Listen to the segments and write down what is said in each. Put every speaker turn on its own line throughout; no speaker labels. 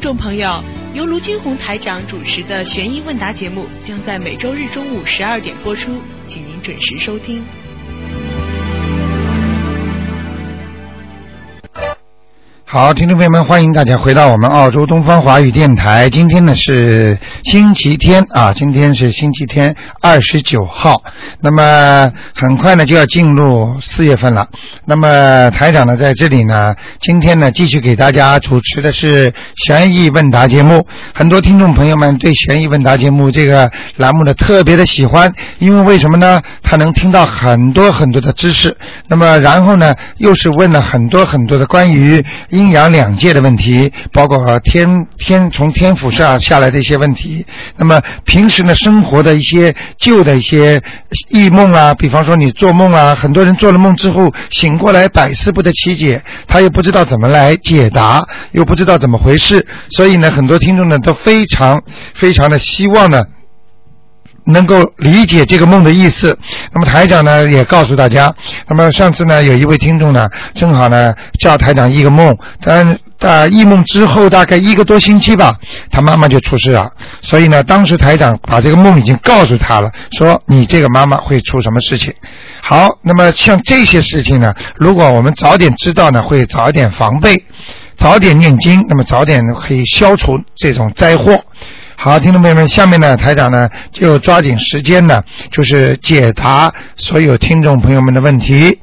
众朋友，由卢军红台长主持的悬疑问答节目将在每周日中午十二点播出，请您准时收听。
好，听众朋友们，欢迎大家回到我们澳洲东方华语电台。今天呢是星期天啊，今天是星期天二十九号。那么很快呢就要进入四月份了。那么台长呢在这里呢，今天呢继续给大家主持的是悬疑问答节目。很多听众朋友们对悬疑问答节目这个栏目呢特别的喜欢，因为为什么呢？他能听到很多很多的知识。那么然后呢又是问了很多很多的关于阴阳两界的问题，包括天天从天府上下来的一些问题。那么平时呢，生活的一些旧的一些异梦啊，比方说你做梦啊，很多人做了梦之后醒过来百思不得其解，他又不知道怎么来解答，又不知道怎么回事。所以呢，很多听众呢都非常非常的希望呢。能够理解这个梦的意思。那么台长呢也告诉大家，那么上次呢有一位听众呢，正好呢叫台长一个梦，但呃一梦之后大概一个多星期吧，他妈妈就出事了。所以呢，当时台长把这个梦已经告诉他了，说你这个妈妈会出什么事情。好，那么像这些事情呢，如果我们早点知道呢，会早一点防备，早点念经，那么早点可以消除这种灾祸。好，听众朋友们，下面呢，台长呢就抓紧时间呢，就是解答所有听众朋友们的问题。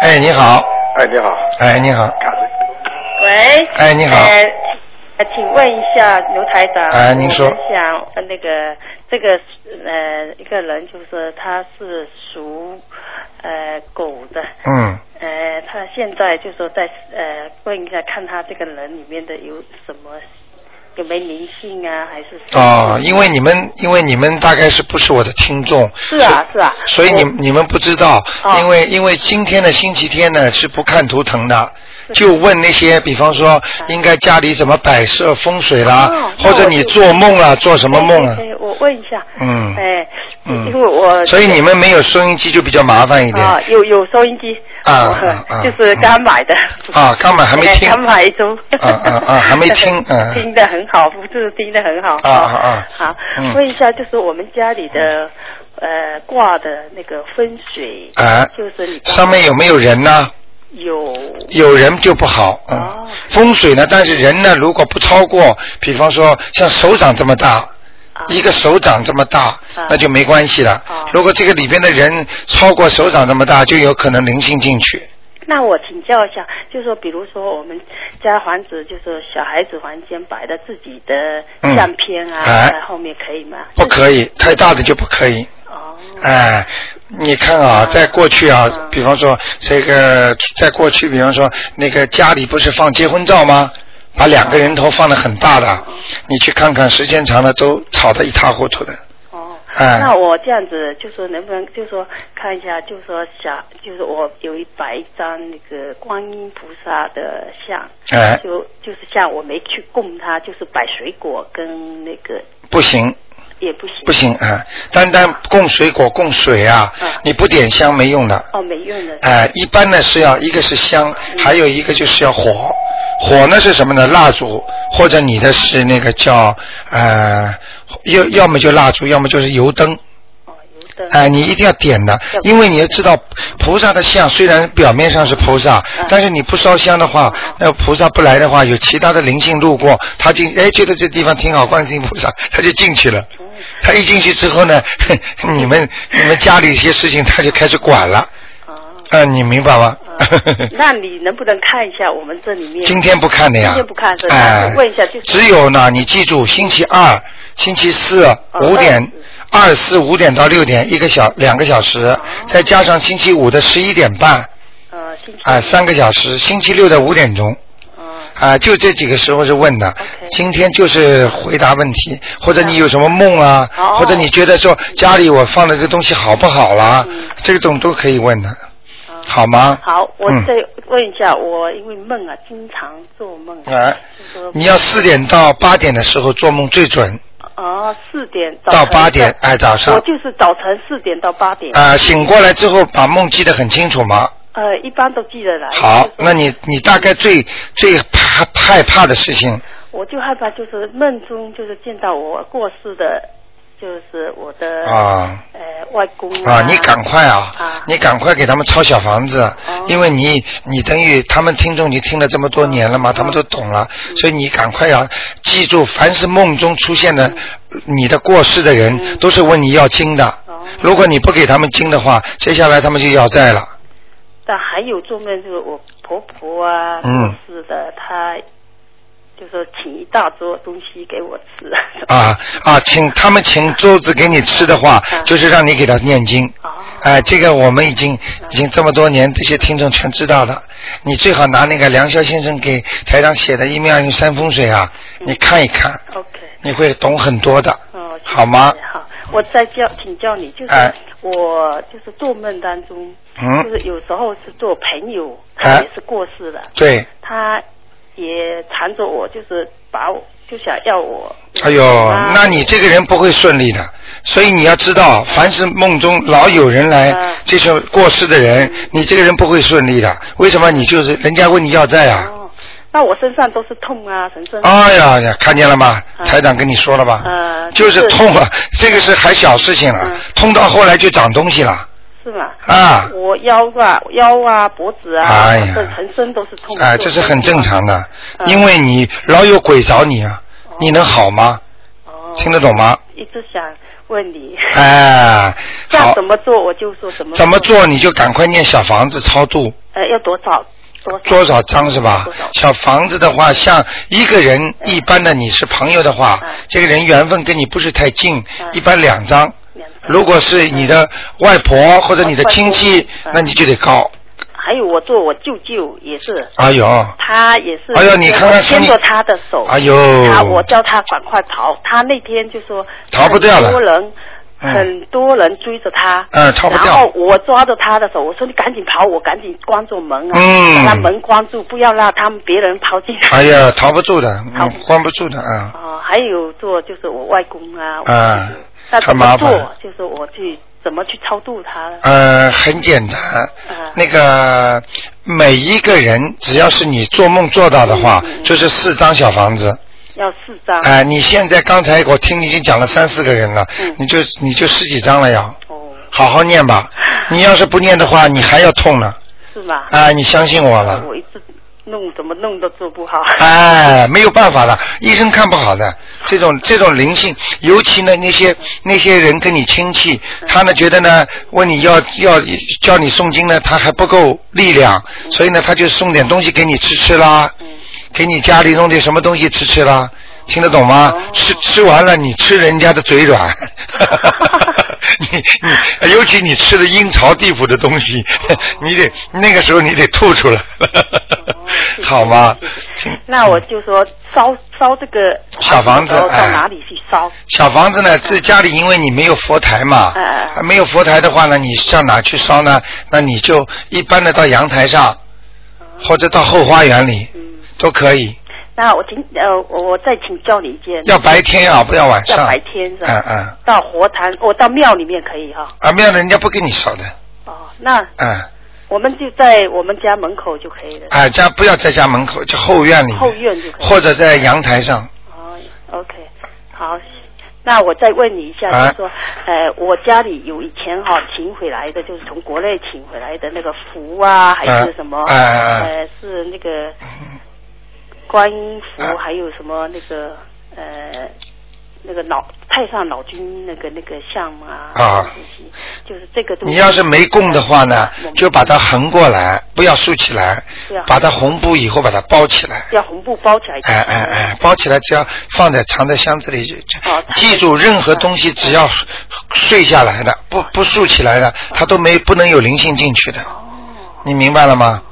哎，你好，
哎，你好，
哎，你好，
卡子，
喂，
哎你好
呃呃请问一下刘台长，
哎您说
我想呃那个这个呃一个人就是他是属呃狗的，
嗯，
呃他现在就说在呃问一下看他这个人里面的有什么有没有灵性啊，还是什么
哦，因为你们，因为你们大概是不是我的听众？
是啊是啊，
所以你
我
你们不知道，
哦
因为因为今天的星期天呢是不看图腾的。就问那些，比方说应该家里怎么摆设风水啦，
哦
或者
那我
你
就
做梦啦，做什么梦啊？
哎哎哎我问一下，
嗯
哎，
嗯
因为我
所以你们没有收音机就比较麻烦一点
啊有有收音机
啊
我
啊啊
就是刚买的。
啊。刚买还没听
刚买一周。
啊啊啊还没 听嗯
听得很好，不是听得很好。
啊啊啊
好
嗯，
问一下，就是我们家里的呃挂的那个风水，
啊，
就是你
上面有没有人呢？
有
有人就不好，嗯，
哦
风水呢，但是人呢，如果不超过，比方说像手掌这么大，
啊
一个手掌这么大，
啊
那就没关系了。
哦
如果这个里边的人超过手掌这么大，就有可能灵性进去。
那我请教一下，就说比如说我们家房子，就是小孩子房间摆的自己的
嗯
相片啊，
哎
在后面可以吗？
不可以，太大的就不可以。
哦，
哎，你看啊，
嗯
在过去啊
嗯，
比方说这个，在过去，比方说那个家里不是放结婚照吗？把两个人头放的很大
嗯
的，你去看看，时间长了都吵得一塌糊涂的。
哦，
哎
那我这样子就说能不能就说看一下，就说想就是我有一百张那个观音菩萨的像，
哎，
就就是像我没去供它，就是摆水果跟那个
不行
也不行，
不行啊、哎单单供水果供水啊
嗯，
你不点香没用的。
哦没用的，嗯
哎，一般呢是要一个是香，还有一个就是要火。火呢是什么呢？蜡烛，或者你的是那个叫呃，要要么就蜡烛，要么就是油灯。
哦油灯，
哎，你一定要点的，因为你要知道，菩萨的像虽然表面上是菩萨，
嗯
但是你不烧香的话，那菩萨不来的话，有其他的灵性路过，他进哎觉得这地方挺好，观世音菩萨他就进去了。
嗯
他一进去之后呢， 哼你们你们家里一些事情他就开始管了。
哦，
啊，你明白吗？
嗯那你能不能看一下我们这里面？
今天不看的呀，
今天不看是吧
哎，
问一下就是
只有呢，你记住，星期二、星期四
哦
五点，二四五点到六点，一个小两个小
哦
时，再加上星期五的十一点半，
呃，星期
啊、三个小时，星期六的五点钟。
嗯
啊、就这几个时候是问的。
OK 嗯
今天就是回答问题，或者你有什么梦啊，
哦
或者你觉得说家里我放了个东西好不好啦，
嗯
这种都可以问的，
嗯
好吗？
好，我
嗯
再问一下，我因为梦啊，经常做梦，啊
哎
就说
你要四点到八点的时候做梦最准，
哦，四点
到
晨
八点哎早上
我就是早晨四点到八点。
呃啊、醒过来之后把梦记得很清楚吗？
呃，一般都记得来。
好，
就是说
那你你大概最最怕害怕的事情，
我就害怕，就是梦中就是见到我过世的，就是我的
啊
呃外公
啊，你赶快啊
啊，
你赶快给他们抄小房子，因为你你等于他们听众你听了这么多年了嘛，他们都懂了，所以你赶快要记住，凡是梦中出现的你的过世的人，都是问你要经的。如果你不给他们经的话，接下来他们就要债了。
但还有做梦就是我婆婆啊，
嗯
过世的她，就说请一大桌东西给我吃。
啊啊，
嗯
请他们请周子给你吃的话，就是让你给他念经。
哦
哎，这个我们已经
嗯
已经这么多年，这些听众全知道了。你最好拿那个梁霄先生给台长写的《一命二运三风水》啊，你看一看，
嗯 OK，
你会懂很多的，
哦，
好吗？
好，我再教请教你，就是
哎
我就是做梦当中，
嗯
就是有时候是做朋友，
哎
他也是过世的，
对，
他也缠着我，就是把我就想要我。
哎呦
啊，
那你这个人不会顺利的，所以你要知道，凡是梦中老有人来，
嗯
这种过世的人，你这个人不会顺利的。为什么？你就是人家问你要债啊，
那我身上都是痛啊，全身。
哎呀呀，看见了吗？台长跟你说了吧，
呃，
就是痛了，这个是还小事情了，痛到后来就长东西了。
是吗？
啊
我腰啊，腰啊，脖子啊，
哎呀
这全身都是痛。
哎，这是很正常的，因为你老有鬼找你啊，你能好吗？听得懂吗？
一直想问你，
哎，
要
好
怎，么做我就说怎么
怎么做你就赶快念小房子超度，
呃，要多少多少
多少张嗯是吧
多少？
小房子的话，像一个人一般的你是朋友的话，这个人缘分跟你不是太近，一般嗯两张。如果是你的外婆嗯或者你的亲戚，那你就得高。
还有我做我舅舅也是，
哎呦，
他也是。
哎呦你看看从
牵
你
着他的手。
哎呦
他我叫他赶快逃，他那天就说。
逃不掉了
很多人。
嗯
很多人追着他，
嗯逃不掉
然后我抓着他的手，我说你赶紧跑，我赶紧关住门啊，
嗯
把门关住，不要让他们别人跑进来。
哎呀，逃不住的，嗯，关不住的啊。
哦，还有做就是我外公啊，
啊
那
太
怎
麻
么
烦
做？就是我去怎么去超度他呢？
呃，很简单，那个每一个人只要是你做梦做到的话，就是四张小房子。
要四张。
哎、你现在刚才我听你已经讲了三四个人了，你就你就十几张了要。好好念吧，你要是不念的话，你还要痛呢。
是吧？
哎你相信我了
我一直弄怎么弄都做不好。
哎，没有办法的，医生看不好的，这种这种灵性，尤其呢那些那些人跟你亲戚，他呢觉得呢问你要要叫你诵经呢，他还不够力量，所以呢他就送点东西给你吃吃啦，给你家里弄点什么东西吃吃啦，听得懂吗？吃吃完了你吃人家的嘴软， 你你尤其你吃的阴曹地府的东西， 你得那个时候你得吐出来， 好吗？
那我就说烧烧这个
小房子
的时候
哎
到哪里去烧？
小房子呢，在家里因为你没有佛台嘛，
呃
啊没有佛台的话呢，你上哪去烧呢？那你就一般的到阳台上，或者到后花园里，都可以。
那我请呃，我我再请教你一件。
要白天啊，不要晚上。
要白天是
嗯
吧？
嗯，
到佛坛，我到庙里面可以哈、哦
啊，没有人家不给你烧的，
那
嗯，
我们就在我们家门口就可以了，
啊，家不要在家门口，就后院里面，
后院就可以了。
或者在阳台上。
OK，好，那我再问你一下，
啊
就是说，呃，我家里有以前哈、请回来的，就是从国内请回来的那个符啊，还是什么，
啊啊啊
呃，是那个观音符，
哎
还有什么那个呃。那个老太上老君那个那个像啊，
啊，
就是这个东西。嗯
你要是没供的话呢，就把它横过来，不要竖起来
对啊，
把它红布以后把它包起来。
要红布包起来，
哎哎哎，包起来，只要放在藏在箱子里，就
哦
就记住任何东西只要
嗯
睡下来的，不不竖起来的，它都没不能有灵性进去的。
哦
你明白了吗？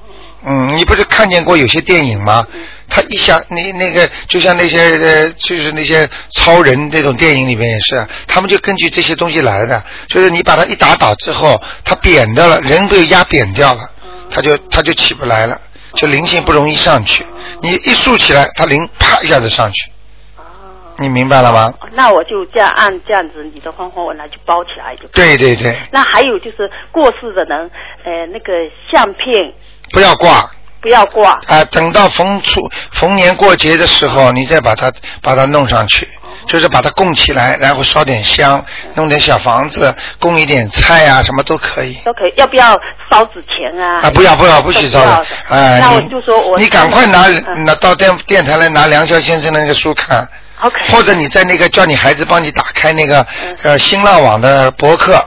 嗯，你不是看见过有些电影吗？他一想那那个，就像那些呃，就是那些超人这种电影里面也是，啊他们就根据这些东西来的。就是你把它一打倒之后，它扁掉了，人被压扁掉了，它就它就起不来了，就灵性不容易上去。你一竖起来，它灵啪一下子上去。你明白了吗？
那我就这样按这样子，你的方法我拿去包起来就。
对对对，
那还有就是过世的人，呃，那个相片
不要挂。
不要挂。
啊，等到逢初逢年过节的时
嗯
候，你再把它把它弄上去，
哦
就是把它供起来，然后烧点香，弄点小房子，供一点菜啊，什么都可以。
都可以，要不要烧纸钱啊？
啊，不要不要，不许烧
了
了。哎，
那我
你
就说我
你赶快拿
嗯
拿到电电台来拿梁霄先生的那个书看，
OK，嗯
或者你在那个叫你孩子帮你打开那个呃新浪网的博客啊、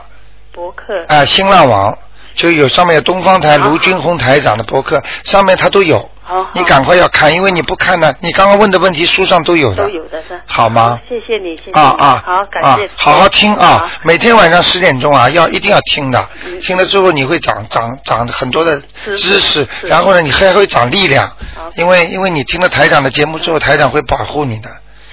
博客
新浪网就有上面有东方台
好
卢军红台长的博客，上面他都有。
好好
你赶快要看，因为你不看呢，你刚刚问的问题书上都有的。
都有的是。
好吗
谢谢你，谢谢你。
啊啊！
好，感谢
啊。，好好听啊
好！
每天晚上十点钟啊，要一定要听的
嗯，
听了之后你会长长长很多的
知识
知识，
是
然后呢，你还会长力量
好，
因为因为你听了台长的节目之后，台长会保护你的。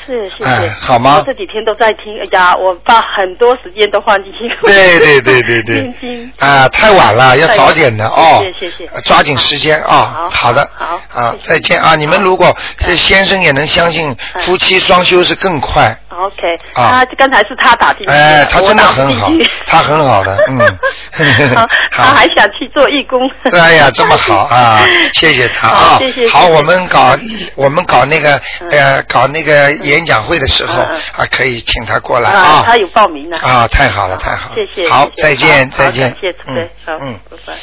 是谢谢、
哎好吗
我这几天都在听，哎呀，我把很多时间都放进去。
对对对对对
听听。
啊，太晚了，要早点的
嗯太晚
哦。
谢谢谢谢
抓紧时间啊
好！
的。
好
啊
谢，谢
再见啊！你们如果这先生也能相信
哎
夫妻双修是更快。
哦 OK，
啊
他刚才是他打进去的，
哎，他
我
真的
打
很
进
好
去，。
他很好的，嗯
好，他
好
还想去做 义工。
哎呀，这么好啊！谢谢他啊！
好谢谢
好，
谢谢
我们搞我们搞那个
嗯
呃搞那个演讲会的时候
嗯
啊，可以请他过来
啊
啊，。
他有报名了。
啊，太好了，太好了！
谢谢。
好，
谢谢
再见，
好
再见
好感。谢，
嗯
对，好，
嗯，
拜拜。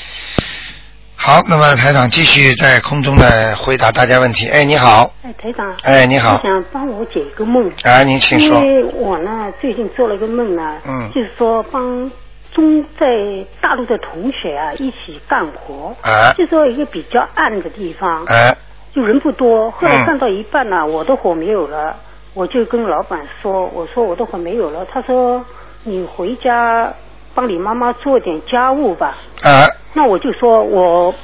好，那么台长继续在空中的回答大家问题。哎，你好，
哎，台长，
哎，你
我
好，
想帮我解一个梦，
啊，您请
因
说。
为我呢最近做了一个梦呢，
嗯
就是说帮中在大陆的同学啊一起干活，
啊
就说一个比较暗的地方，
哎，
就人不多，后
嗯
来干到一半呢，我的火没有了，我就跟老板说，我说我的火没有了，他说你回家帮你妈妈做点家务吧，
啊
那我就说我。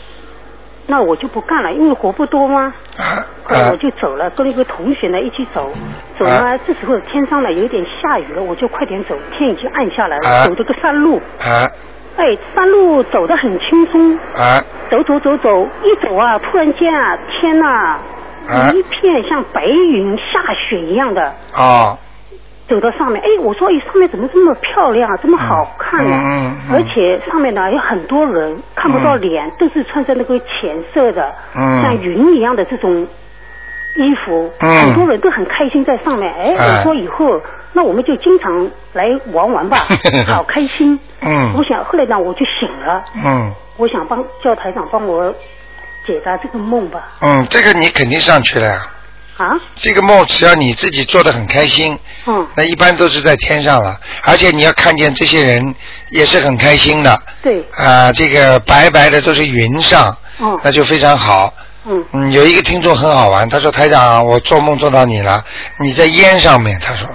那我就不干了，因为活不多嘛。
啊
呃
啊
哎
我！就走了，跟一个同学呢一起走，走呢，这时候天上呢有点下雨了，我就快点走，天已经暗下来了，
啊
走这个山路，
啊
哎，山路走得很轻松，
啊！
走走走走，一走啊，突然间啊，天呐、
啊
一片像白云下雪一样的。
哦，
走到上面，哎，我说，哎，上面怎么这么漂亮，这么好看呢、
嗯嗯嗯
而且上面呢有很多人，看不到脸，都是穿着那个浅色的，
嗯
像云一样的这种衣服，
嗯
很多人都很开心在上面。哎，
哎，
我说以后那我们就经常来玩玩吧 好开心。
嗯
我想后来呢，我就醒了，
嗯。
我想帮叫台长帮我解答这个梦吧。
嗯，这个你肯定上去了呀。
啊，
这个梦只要你自己做的很开心，
嗯，
那一般都是在天上了。而且你要看见这些人也是很开心的，
对，
啊、这个白白的都是云上，
嗯
那就非常好。
嗯，
嗯，有一个听众很好玩，他说台长，我做梦做到你了，你在烟上面，他说。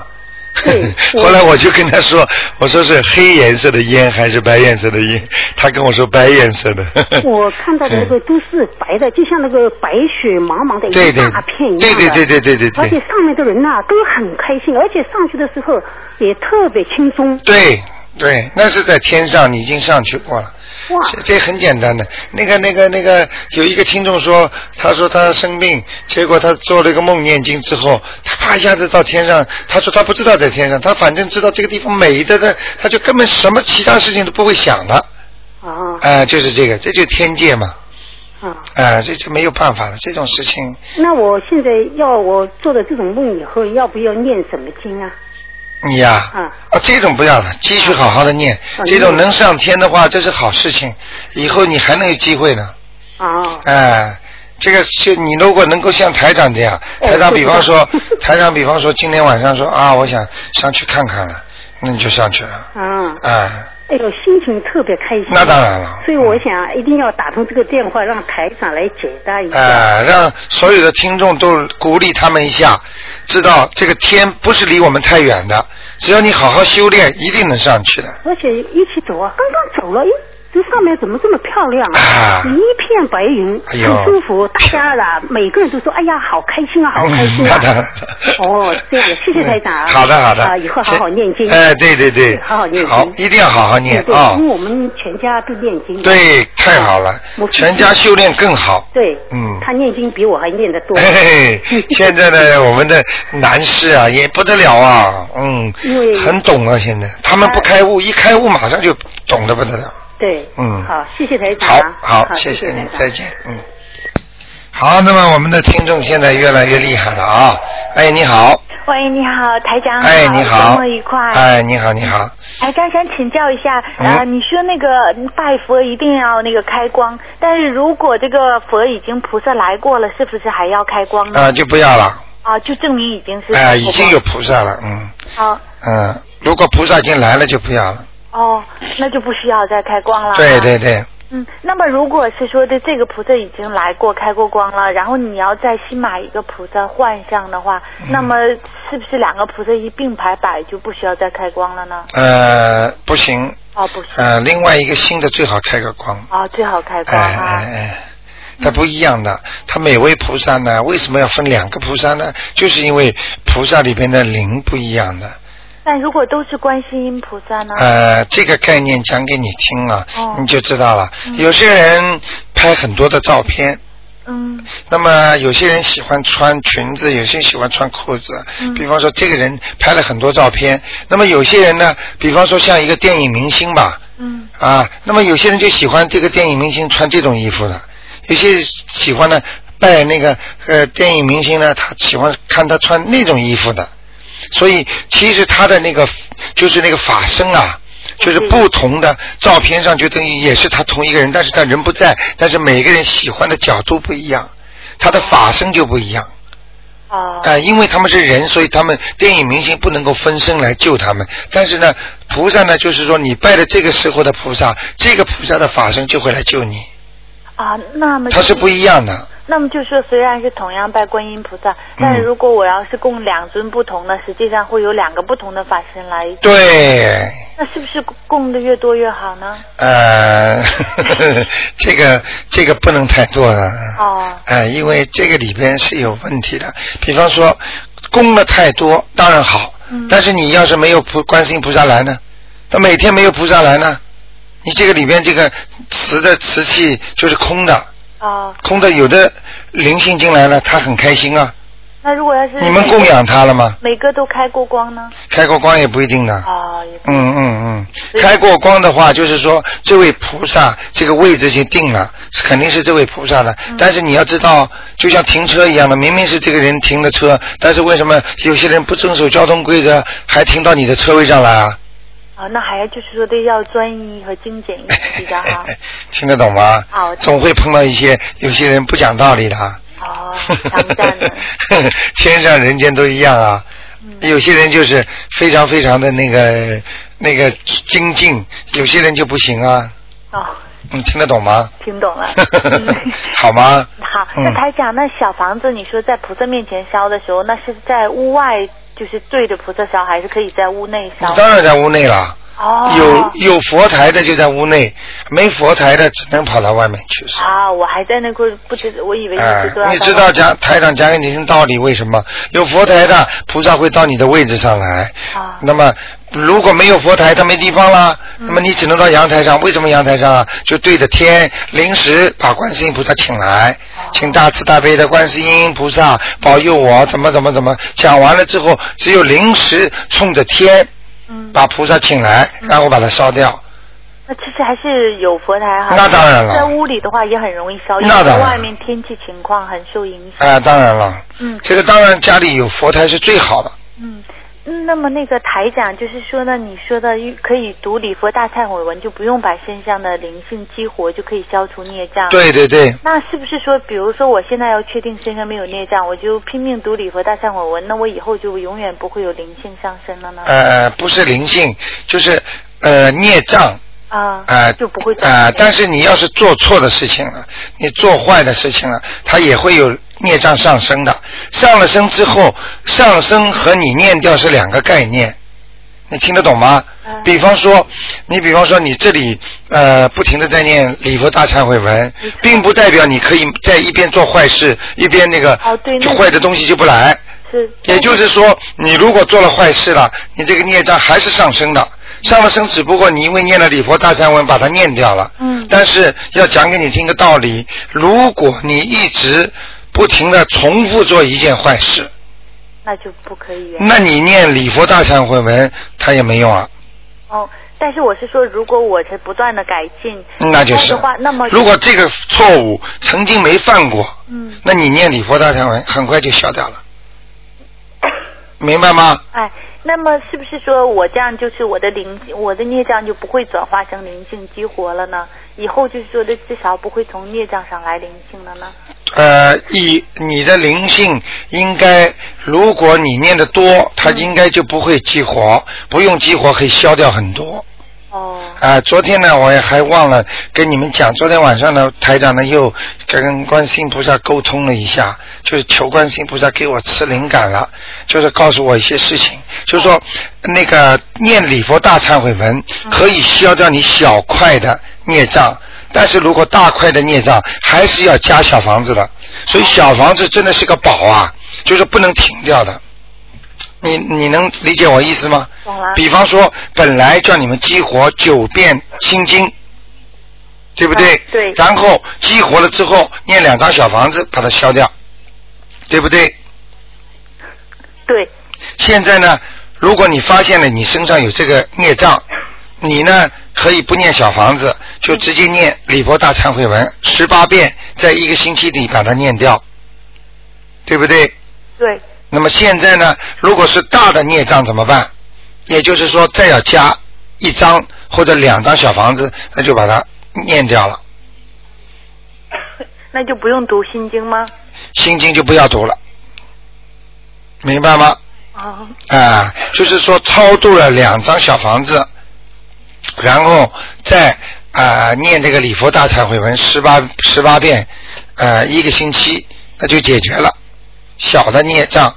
对
后来我就跟他说，我说是黑颜色的烟还是白颜色的烟？他跟我说白颜色的。
我看到的那个都是白的，就像那个白雪茫茫的
对
一
对
大片一样的。
对对对对对对对
而且上面的人呐、都很开心，而且上去的时候也特别轻松。
对对，那是在天上，你已经上去过了。
哇，
这这很简单的，那个那个那个，有一个听众说，他说他生病，结果他做了一个梦，念经之后，他啪一下子到天上，他说他不知道在天上，他反正知道这个地方美的的，他就根本什么其他事情都不会想的，
啊
哎、就是这个，这就是天界嘛，
啊！
哎、这就没有办法了，这种事情，
那我现在要我做的这种梦以后，要不要念什么经啊？
你呀、
嗯
啊，这种不要了，继续好好的念，
嗯
这种能上天的话，这是好事情，以后你还能有机会呢。
啊，
哎，这个就你如果能够像台长这样，
哎
台长比方说
对对，
台长比方说今天晚上说啊，我想上去看看了，那你就上去了，
啊，
哎，
哎呦，心情特别开心。
那当然了嗯
所以我想一定要打通这个电话，让台长来解答一下。
哎，让所有的听众都鼓励他们一下，知道这个天不是离我们太远的，只要你好好修炼，一定能上去的。
而且一起走啊，刚刚走了，一这上面怎么这么漂亮啊？
啊
一片白云，
哎呦嗯
很舒服。大家 啊，每个人都说：“哎呀，好开心啊，好开心
好
啊
的！”嗯
哦，这样的，谢谢台长啊。
好的好的，
啊，以后好好念经。
哎，对对对，
好好念经
好，一定要好好念
对对
啊
因！为我们全家都念经。
对，太好了
我，是
全家修炼更好。
对，
嗯
他念经比我还念得多。
嘿嘿， 现在呢，我们的男士啊，也不得了啊，嗯
因为，
很懂啊，现在他们不开悟，一开悟马上就懂得不得了。
对，
嗯
好，谢谢台长
好
啊。
好，
谢
谢谢
台
你，
长
再见，嗯。好，那么我们的听众现在越来越厉害了啊！哎，你好，
喂，你好，台长好，
哎，你好
周末愉快。，哎
哎，你好，你好，
台长想请教一下，
嗯
呃，你说那个拜佛一定要那个开光，但是如果这个佛已经菩萨来过了，是不是还要开光呢？
啊，就不要了，
啊，就证明已经是
哎，已经有菩萨了，嗯
啊
嗯，如果菩萨已经来了就不要了，
哦，那就不需要再开光了。
对。对对，
嗯，那么如果是说这这个菩萨已经来过开过光了，然后你要再新买一个菩萨换上的话，那
嗯
么是不是两个菩萨一并排摆就不需要再开光了呢？
呃，不行，
哦，不是。
呃，另外一个新的最好开个光，
哦，最好开
哎
光啊。
哎哎，它不一样的。它每位菩萨呢，为什么要分两个菩萨呢？就是因为菩萨里边的灵不一样的。
但如果都是观世音菩萨呢？
呃，这个概念讲给你听啊，
哦
你就知道了。有些人拍很多的照片，
嗯
那么有些人喜欢穿裙子，有些人喜欢穿裤子。
嗯
比方说，这个人拍了很多照片，那么有些人呢，比方说像一个电影明星吧，
嗯
啊，那么有些人就喜欢这个电影明星穿这种衣服的，有些喜欢呢拜那个呃电影明星呢，他喜欢看他穿那种衣服的，所以其实他的那个就是那个法身啊。就是不同的照片上就等于也是他同一个人，但是他人不在，但是每个人喜欢的角度不一样，他的法身就不一样。
哦
呃，因为他们是人，所以他们电影明星不能够分身来救他们。但是呢，菩萨呢，就是说你拜的这个时候的菩萨，这个菩萨的法身就会来救你，
啊，那么就
它是不一样的。嗯
那么就说，虽然是同样拜观音菩萨，但是如果我要是供两尊不同的，实际上会有两个不同的法身来，
对，
那是不是供的越多越好呢？
呃， 这个这个不能太多了。
哦
哎，因为这个里边是有问题的。比方说，供的太多当然好，
嗯
但是你要是没有菩观世音菩萨来呢，那每天没有菩萨来呢，你这个里边这个磁的瓷器就是空的，
哦，
空的有的灵性进来了，他很开心啊。
那如果要是
你们供养他了吗？
每个都开过光呢？
开过光也不一定的。
哦，也
嗯嗯嗯，开过光的话，就是说这位菩萨这个位置已经定了，肯定是这位菩萨了。
嗯
但是你要知道，就像停车一样的，明明是这个人停的车，但是为什么有些人不遵守交通规则，还停到你的车位上来啊？
啊、那还就是说得要专一和精简一点比较 好。
听得懂吗
好哦我？知道
总会碰到一些有些人不讲道理的啊。
哦，咱们赞呢？
天上人间都一样啊。
嗯
有些人就是非常非常的那个那个精进，有些人就不行啊。
哦，
你听得懂吗？
听懂了。嗯
好吗？
好，
嗯
那台长，那小房子你说在菩萨面前烧的时候，那是在屋外，就是对着菩萨烧，还是可以在屋内烧？
当然在屋内了。
哦，
有有佛台的就在屋内，没佛台的只能跑到外面去烧。
啊，我还在那块儿不知，我以为一
哎
直都要、，
你知道讲台长讲给你听道理，为什么有佛台的菩萨会到你的位置上来？
啊嗯
那么如果没有佛台，他没地方啦，那么你只能到阳台上。为什么阳台上啊？就对着天，临时把观世音菩萨请来，
哦
请大慈大悲的观世音菩萨保佑我怎么怎么怎么。讲完了之后，只有临时冲着天
嗯，
把菩萨请来，然后把它烧掉。
那其实还是有佛台哈。
那当然了
在屋里的话也很容易烧，因
那
为
当然
外面天气情况很受影响。
哎，当然了，
嗯
这个当然家里有佛台是最好的。
嗯。嗯那么那个台长就是说呢，你说的可以读礼佛大忏悔文，就不用把身上的灵性激活，就可以消除孽障。
对对对。
那是不是说，比如说我现在要确定身上没有孽障，我就拼命读礼佛大忏悔文，那我以后就永远不会有灵性上升了呢？
呃，不是灵性，就是呃孽障
啊、
啊，
就不会
啊、但
是
是你要是做错的事情了，你做坏的事情了，它也会有孽障上升的。上了升之后，上升和你念掉是两个概念。你听得懂吗？
嗯
比方说，你比方说你这里呃不停的在念礼佛大忏悔文，
嗯
并不代表你可以在一边做坏事，一边那个
哦对那
就
个
坏的东西就不来。
是，
也就是说，你如果做了坏事了，你这个孽障还是上升的，上了升，只不过你因为念了礼佛大忏文把它念掉了。
嗯
但是要讲给你听个道理，如果你一直不停的重复做一件坏事，
那就不可以原谅。
那你念礼佛大忏悔文它也没用啊。
哦，但是我是说，如果我是不断的改进，
嗯那就
这样
是
的话，那么
如果这个错误曾经没犯过，
嗯，
那你念礼佛大忏文很快就消掉了，明白吗？
哎，那么是不是说我这样就是我的灵，我的孽障就不会转化成灵性激活了呢？以后就是说的至少不会从孽障上来灵性了呢？
呃，以你的灵性应该，如果你念的多，它应该就不会激活，不用激活可以消掉很多。
哦，
啊、昨天呢，我也还忘了跟你们讲，昨天晚上呢，台长呢又跟观世音菩萨沟通了一下，就是求观世音菩萨给我赐灵感了，就是告诉我一些事情，就是说那个念礼佛大忏悔文可以消掉你小块的孽障。但是如果大块的孽障，还是要加小房子的，所以小房子真的是个宝啊，就是不能停掉的。你你能理解我意思吗？
懂了。
比方说，本来叫你们激活九遍心经，对不对？
啊对
然后激活了之后，念两张小房子把它消掉，对不对？
对，
现在呢，如果你发现了你身上有这个孽障，你呢可以不念小房子，就直接念礼佛大忏悔文十八遍，在一个星期里把它念掉，对不对？
对，
那么现在呢，如果是大的孽障怎么办？也就是说，再要加一张或者两张小房子，那就把它念掉了，
那就不用读心经吗？
心经就不要读了，明白吗？
啊、
啊，就是说超度了两张小房子，然后再啊、念这个礼佛大忏悔文十八十八遍，呃一个星期，那就解决了小的孽障，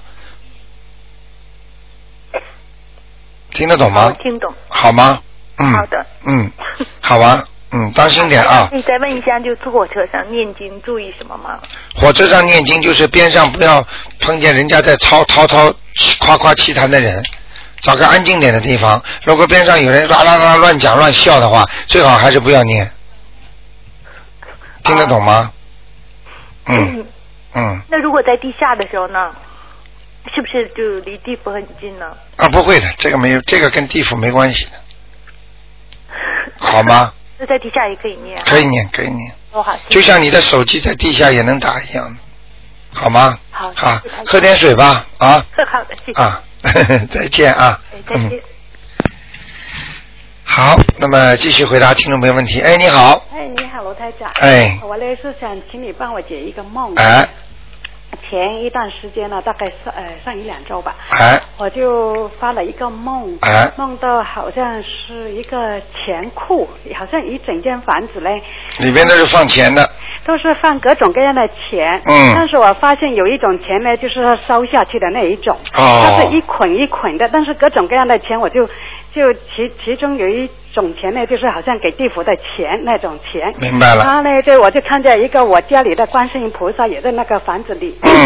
听得懂
我
吗？
听懂。
好吗？嗯，
好的，
嗯，好吧，嗯，当心点啊
那！你再问一下，就坐火车上念经注意什么吗？
火车上念经就是边上不要碰见人家在吵滔滔夸夸其谈的人，找个安静点的地方。如果边上有人啦啦啦乱讲乱笑的话，最好还是不要念。听得懂吗？
啊
嗯嗯
那如果在地下的时候呢，是不是就离地府很近呢？
啊，不会的，这个没有，这个跟地府没关系的，好？ 吗？
那在地下也可以念啊。
可以念，可以念，
我好，
就像你的手机在地下也能打一样的，好吗？
好
好
谢谢台，长
啊喝点水吧，啊。
好的，谢谢。
啊， 再见啊。
哎，再见
嗯。。好，那么继续回答听众朋友问题。哎，你好，
哎，你好，罗台长。
哎
我来是想请你帮我解一个梦。
哎
前一段时间呢，大概是呃上一两周吧，
哎
我就发了一个梦，
哎
梦到好像是一个钱库，好像一整间房子嘞
里边都是放钱的，
都是放各种各样的钱。
嗯
但是我发现有一种钱呢，就是它烧下去的那一种，
哦
它是一捆一捆的，但是各种各样的钱，我就就其其中有一种钱呢，就是好像给地府的钱那种钱。
明白了。
他呢，对我就看见一个我家里的观世音菩萨也在那个房子里，
嗯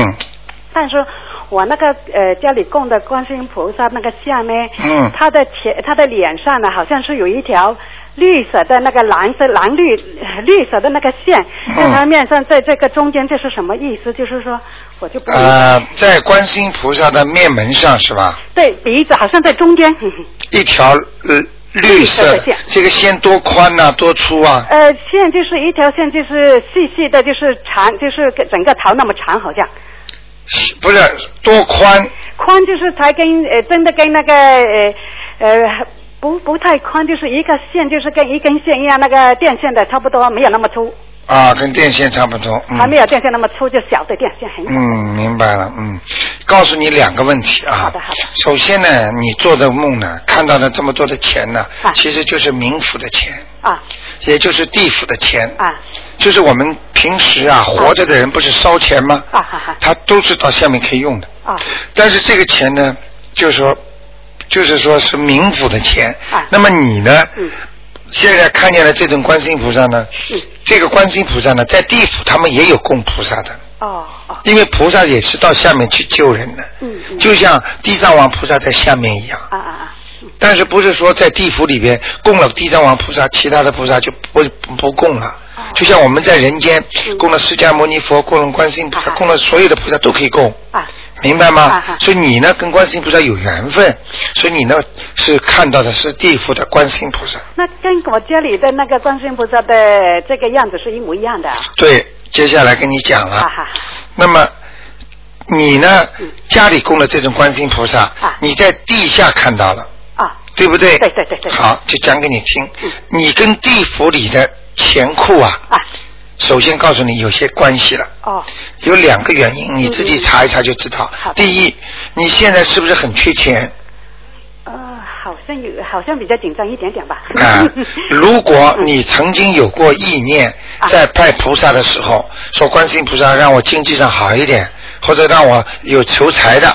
但是我那个呃家里供的观世音菩萨那个像呢，
嗯
他的前他的脸上呢好像是有一条绿色的那个蓝色蓝绿绿色的那个线
嗯
在他面上，在这个中间这是什么意思？就是说我就不明白、
呃，在观世音菩萨的面门上是吧？
对鼻子好像在中间，
一条呃绿色
绿色的线
这个线多宽呐、多粗啊？
呃线就是一条线就是细细的，就是长就是整个头那么长好像。
是不是多宽？
宽就是才跟呃，真的跟那个呃呃不不太宽，就是一个线，就是跟一根线一样，那个电线的差不多，没有那么粗，
啊，跟电线差不多。嗯
还没有电线那么粗，就小的电线很小。
嗯，明白了。嗯，告诉你两个问题啊。
好的好的
首先呢，你做的梦呢，看到的这么多的钱呢，
啊
其实就是冥府的钱，
啊
也就是地府的钱。
啊
就是我们平时啊，活着的人不是烧钱吗？
啊哈哈
他都是到下面可以用的。
啊
但是这个钱呢，就是说就是说是冥府的钱。
啊
那么你呢？
嗯
现在看见了这种观世音菩萨呢，
嗯
这个观世音菩萨呢，在地府他们也有供菩萨的，
哦哦，
因为菩萨也是到下面去救人的，
嗯嗯
就像地藏王菩萨在下面一样。
啊啊啊，嗯
但是不是说在地府里边供了地藏王菩萨，其他的菩萨就不不不供了？
哦
就像我们在人间供了释迦牟尼佛，供了观世音菩萨，
嗯啊
供了所有的菩萨都可以供，
啊
明白吗
啊啊？
所以你呢跟观世音菩萨有缘分，所以你呢是看到的是地府的观世音菩萨，
那跟我家里的那个观世音菩萨的这个样子是一模一样的啊。
对。接下来跟你讲了，
哈哈，
那么你呢家里供了这种观世音菩萨
啊，
你在地下看到了，
啊，
对不对？
对对对对
好，就讲给你听。你跟地府里的钱库啊，
啊，
首先告诉你有些关系了，
哦，
有两个原因，你自己查一查就知道。
好的
第一，你现在是不是很缺钱
呃，好像有，好像比较紧张一点点吧。
啊？ 如果你曾经有过意念，
啊
在拜菩萨的时候说观世音菩萨让我经济上好一点，或者让我有求财的，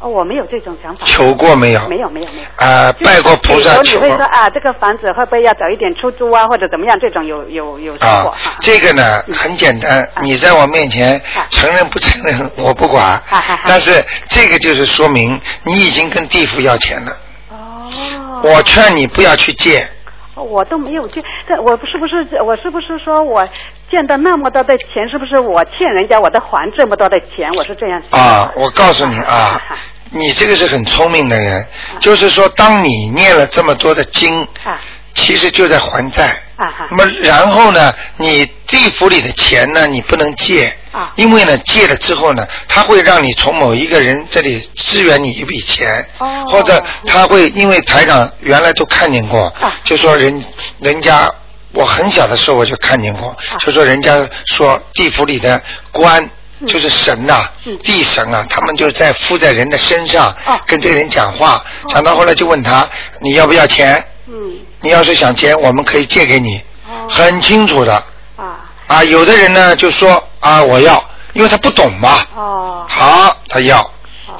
哦，我没有这种想法。
求过没有？
没有没有没有。
啊，拜过菩萨
就是
求
有时候你会
过
说啊，这个房子会不会要早一点出租啊，或者怎么样？这种有有有说过
啊
哈，。
这个呢很简单，你在我面前
嗯啊
承认不承认我不管
哈哈哈，
但是这个就是说明你已经跟地府要钱了。
哦，
我劝你不要去借，
我都没有去，这我是不是我是不是说我见到那么多的钱，是不是我欠人家我的还这么多的钱？我是这样想的
啊，我告诉你啊
哈哈，
你这个是很聪明的人，就是说，当你念了这么多的经
啊，
其实就在还债。
啊哈
那么然后呢，你地府里的钱呢，你不能借
啊，
因为呢，借了之后呢，他会让你从某一个人这里支援你一笔钱
哦，
或者他会因为台长原来都看见过
啊，
就说人人家。我很小的时候我就看见过，
啊
就说人家说地府里的官
嗯
就是神呐、地神啊，他们就在附在人的身上，
哦
跟这个人讲话，讲到后来就问他你要不要钱？
嗯
你要是想钱，我们可以借给你，
哦
很清楚的
啊
啊。有的人呢就说啊我要，因为他不懂嘛，
哦
好他要，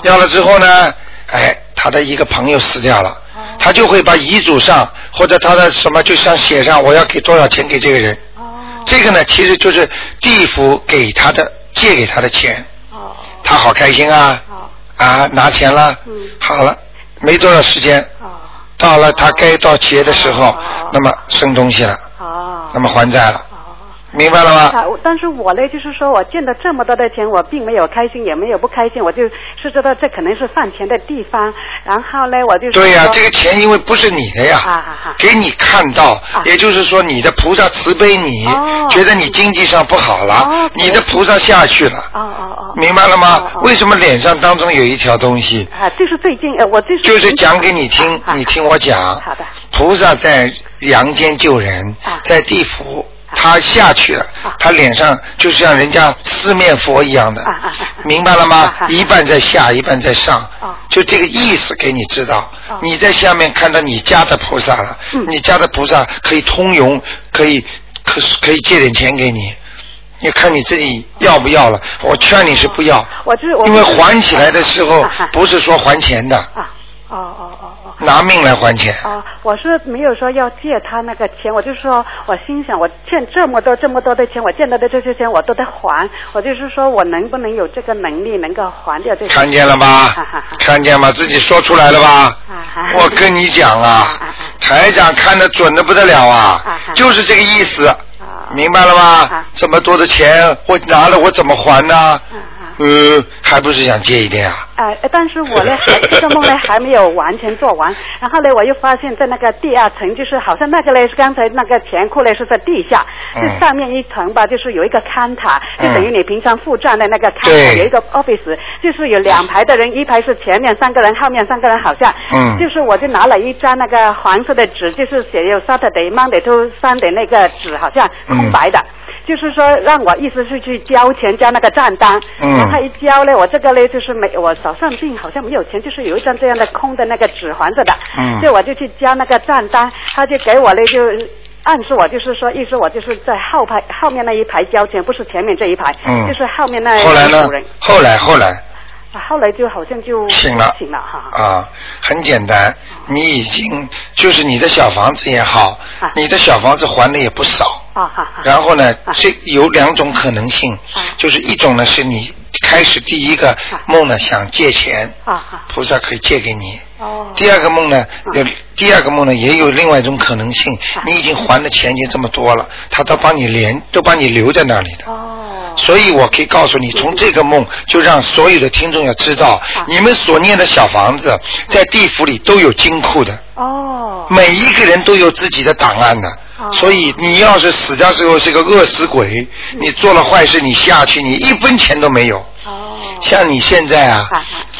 要了之后呢，哎他的一个朋友死掉了，他就会把遗嘱上或者他的什么就像写上我要给多少钱给这个人，
哦
这个呢其实就是地府给他的借给他的钱，
哦
他好开心啊
哦
啊拿钱了
嗯，
好了没多少时间，
哦
到了他该到结的时候
哦，
那么生东西了。
哦
那么还债了，
哦。
明白了吗？
啊，我但是我呢，就是说我见到这么多的钱，我并没有开心，也没有不开心，我就是知道这可能是犯钱的地方。然后呢，我就
对呀、
说
这个钱因为不是你的
啊
呀，
啊啊
给你看到
啊，
也就是说你的菩萨慈悲你
哦，
觉得你经济上不好了
哦，
你的菩萨下去
哦
了，
哦哦，
明白了吗
哦？哦
为什么脸上当中有一条东西？
啊，就是最近呃，我就是
就是讲给你听
啊，啊
你听我讲。
好的
菩萨在阳间救人
啊，
在地府他下去了，他脸上就像人家四面佛一样的
啊啊啊，
明白了吗
啊啊？啊
一半在下，一半在上
哦，
就这个意思给你知道
哦。嗯
你在下面看到你家的菩萨了，你家的菩萨可以通融，可以可可以借点钱给你。你看你自己要不要了？我劝你是不要，
我就是我
因为还起来的时候
啊啊
不是说还钱的，
啊，哦哦哦哦。
拿命来还钱。
哦，我是没有说要借他那个钱，我就说我心想，我欠这么多这么多的钱，我欠到的这些钱我都得还，我就是说我能不能有这个能力能够还掉这些？
看见了吧
哈哈哈？
看见吗？自己说出来了吧
啊哈？
我跟你讲啊
啊哈，
台长看得准的不得了啊
啊哈，
就是这个意思，
啊
明白了吗
啊？
这么多的钱我拿了我怎么还呢
啊？
嗯，还不是想借一点啊？
哎，但是我呢，还这个梦呢还没有完全做完，然后呢，我又发现，在那个第二层，就是好像那个呢是刚才那个钱库呢是在地下，
嗯
这上面一层吧，就是有一个看塔，就
嗯
等于你平常付账的那个看塔，
对
有一个 office，就是有两排的人，一排是前面三个人，后面三个人，好像，
嗯
就是我就拿了一张那个黄色的纸，就是写有 Saturday、Monday to Sunday 那个纸，好像
嗯
空白的。就是说，让我意思是去交钱交那个账单，
嗯
然后一交呢，我这个呢就是没，我手上并好像没有钱，就是有一张这样的空的那个纸还着的，
嗯
所以我就去交那个账单，他就给我呢就。暗示我就是说，意思我就是在后排后面那一排交钱，不是前面这一排，
嗯
就是后面那
后来呢
哎组人。？啊
后来后来，
后来就好像就
醒了
醒了哈。
啊，很简
啊
单，你已经就是你的小房子也好
啊，
你的小房子还的也不少。
啊哈哈。
然后呢，这有两种可能性，就是一种呢是你开始第一个梦呢想借钱，
啊哈。
菩萨可以借给你。
哦。
第二个梦呢，有第二个梦呢，也有另外一种可能性，
啊
你已经还的钱已经这么多了，他都帮你连都帮你留在那里的。
哦
所以我可以告诉你，从这个梦就让所有的听众要知道，
啊
你们所念的小房子在地府里都有金库的。
哦。
每一个人都有自己的档案的。所以你要是死掉之后是个饿死鬼，
嗯
你做了坏事，你下去你一分钱都没有。
哦
像你现在啊，